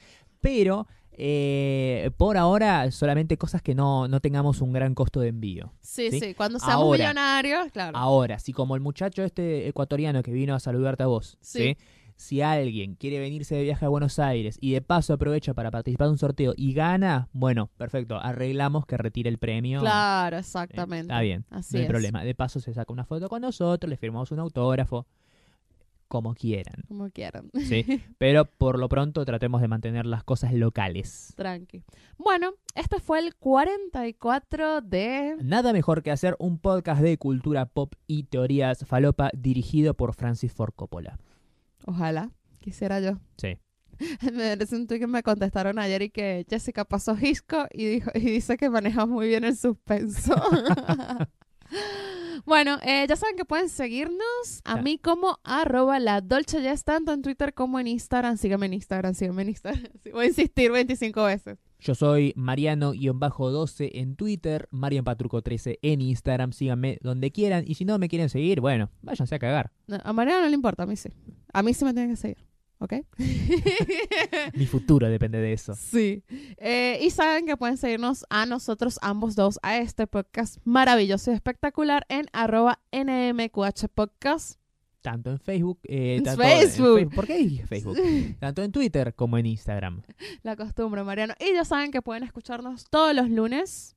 A: Pero eh, por ahora solamente cosas que no, no tengamos un gran costo de envío.
B: sí,
A: sí.
B: sí, Cuando seamos
A: Ahora.
B: millonarios, claro.
A: Ahora, si como el muchacho este ecuatoriano que vino a saludarte a vos, ¿sí?
B: Sí.
A: si alguien quiere venirse de viaje a Buenos Aires y de paso aprovecha para participar de un sorteo y gana, bueno, perfecto, arreglamos que retire el premio.
B: Claro,
A: Eh,
B: exactamente.
A: Está bien,
B: Así
A: no hay
B: es.
A: problema. De paso se saca una foto con nosotros, le firmamos un autógrafo, como quieran,
B: Como quieran.
A: ¿sí? Pero por lo pronto tratemos de mantener las cosas locales.
B: Tranqui. Bueno, este fue el 44 de.
A: Nada mejor que hacer un podcast de cultura pop y teorías falopa dirigido por Francis Ford Coppola.
B: Ojalá, quisiera yo.
A: Sí.
B: Me parece un tuit que me contestaron ayer y que Jessica pasó Hisco y, dijo, y dice que maneja muy bien el suspenso. bueno, eh, ya saben que pueden seguirnos a
A: Ya.
B: mí como arroba la Dolce Jess, tanto en Twitter como en Instagram. Síganme en Instagram, síganme en Instagram. Sí, voy a insistir 25 veces.
A: Yo soy Mariano-12 en Twitter, Marianpatruco13 en Instagram, síganme donde quieran y si no me quieren seguir, bueno, váyanse a cagar.
B: No, a María no le importa, a mí sí. A mí sí me tienen que seguir, ¿ok?
A: Mi futuro depende de eso.
B: Sí. Eh, y saben que pueden seguirnos a nosotros ambos dos, a este podcast maravilloso y espectacular en arroba NMQH Podcast.
A: Tanto en Facebook, eh,
B: En
A: tanto en
B: Facebook.
A: Facebook. ¿Por qué dije Facebook? Tanto en Twitter como en Instagram.
B: La costumbre, Mariano. Y ya saben que pueden escucharnos todos los lunes,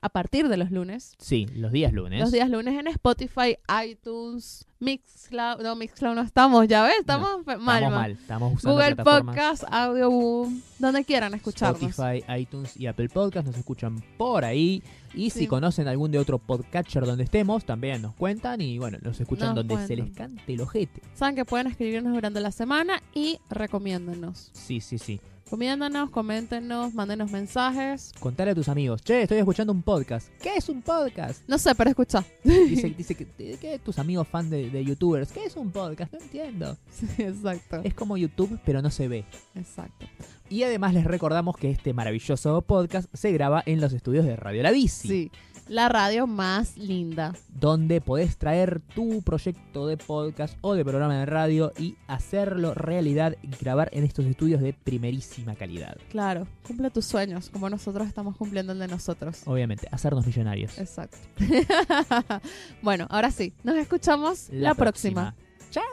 B: a partir de los lunes.
A: Sí, los días lunes.
B: Los días lunes en Spotify, iTunes, Mixcloud. No, Mixcloud no estamos, ya ves, estamos fe- mal.
A: Estamos
B: mal.
A: mal, estamos usando
B: Google
A: plataformas
B: Podcast, Audio Boom, donde quieran escucharnos.
A: Spotify, iTunes y Apple Podcast nos escuchan por ahí. Y
B: Sí.
A: si conocen algún de otro podcatcher donde estemos, también nos cuentan y bueno, nos escuchan
B: Nos
A: donde se
B: cuentan.
A: les cante el ojete.
B: Saben que pueden escribirnos durante la semana y recomiéndennos.
A: Sí, sí, sí.
B: Comiéndanos, coméntenos, mándenos mensajes.
A: Contale a tus amigos. Che, estoy escuchando un podcast. ¿Qué es un podcast?
B: No sé, pero escucha.
A: Dice, dice que, que tus amigos fan de, de youtubers. ¿Qué es un podcast? No entiendo.
B: Sí, exacto,
A: Es como YouTube, pero no se ve.
B: exacto.
A: Y además les recordamos que este maravilloso podcast se graba en los estudios de Radio La Bici,
B: Sí. La radio más linda.
A: donde podés traer tu proyecto de podcast o de programa de radio y hacerlo realidad y grabar en estos estudios de primerísima calidad.
B: Claro, cumple tus sueños, como nosotros estamos cumpliendo el de nosotros.
A: Obviamente, hacernos millonarios.
B: Exacto. bueno, ahora sí, nos escuchamos la, próxima.
A: ¡Chao!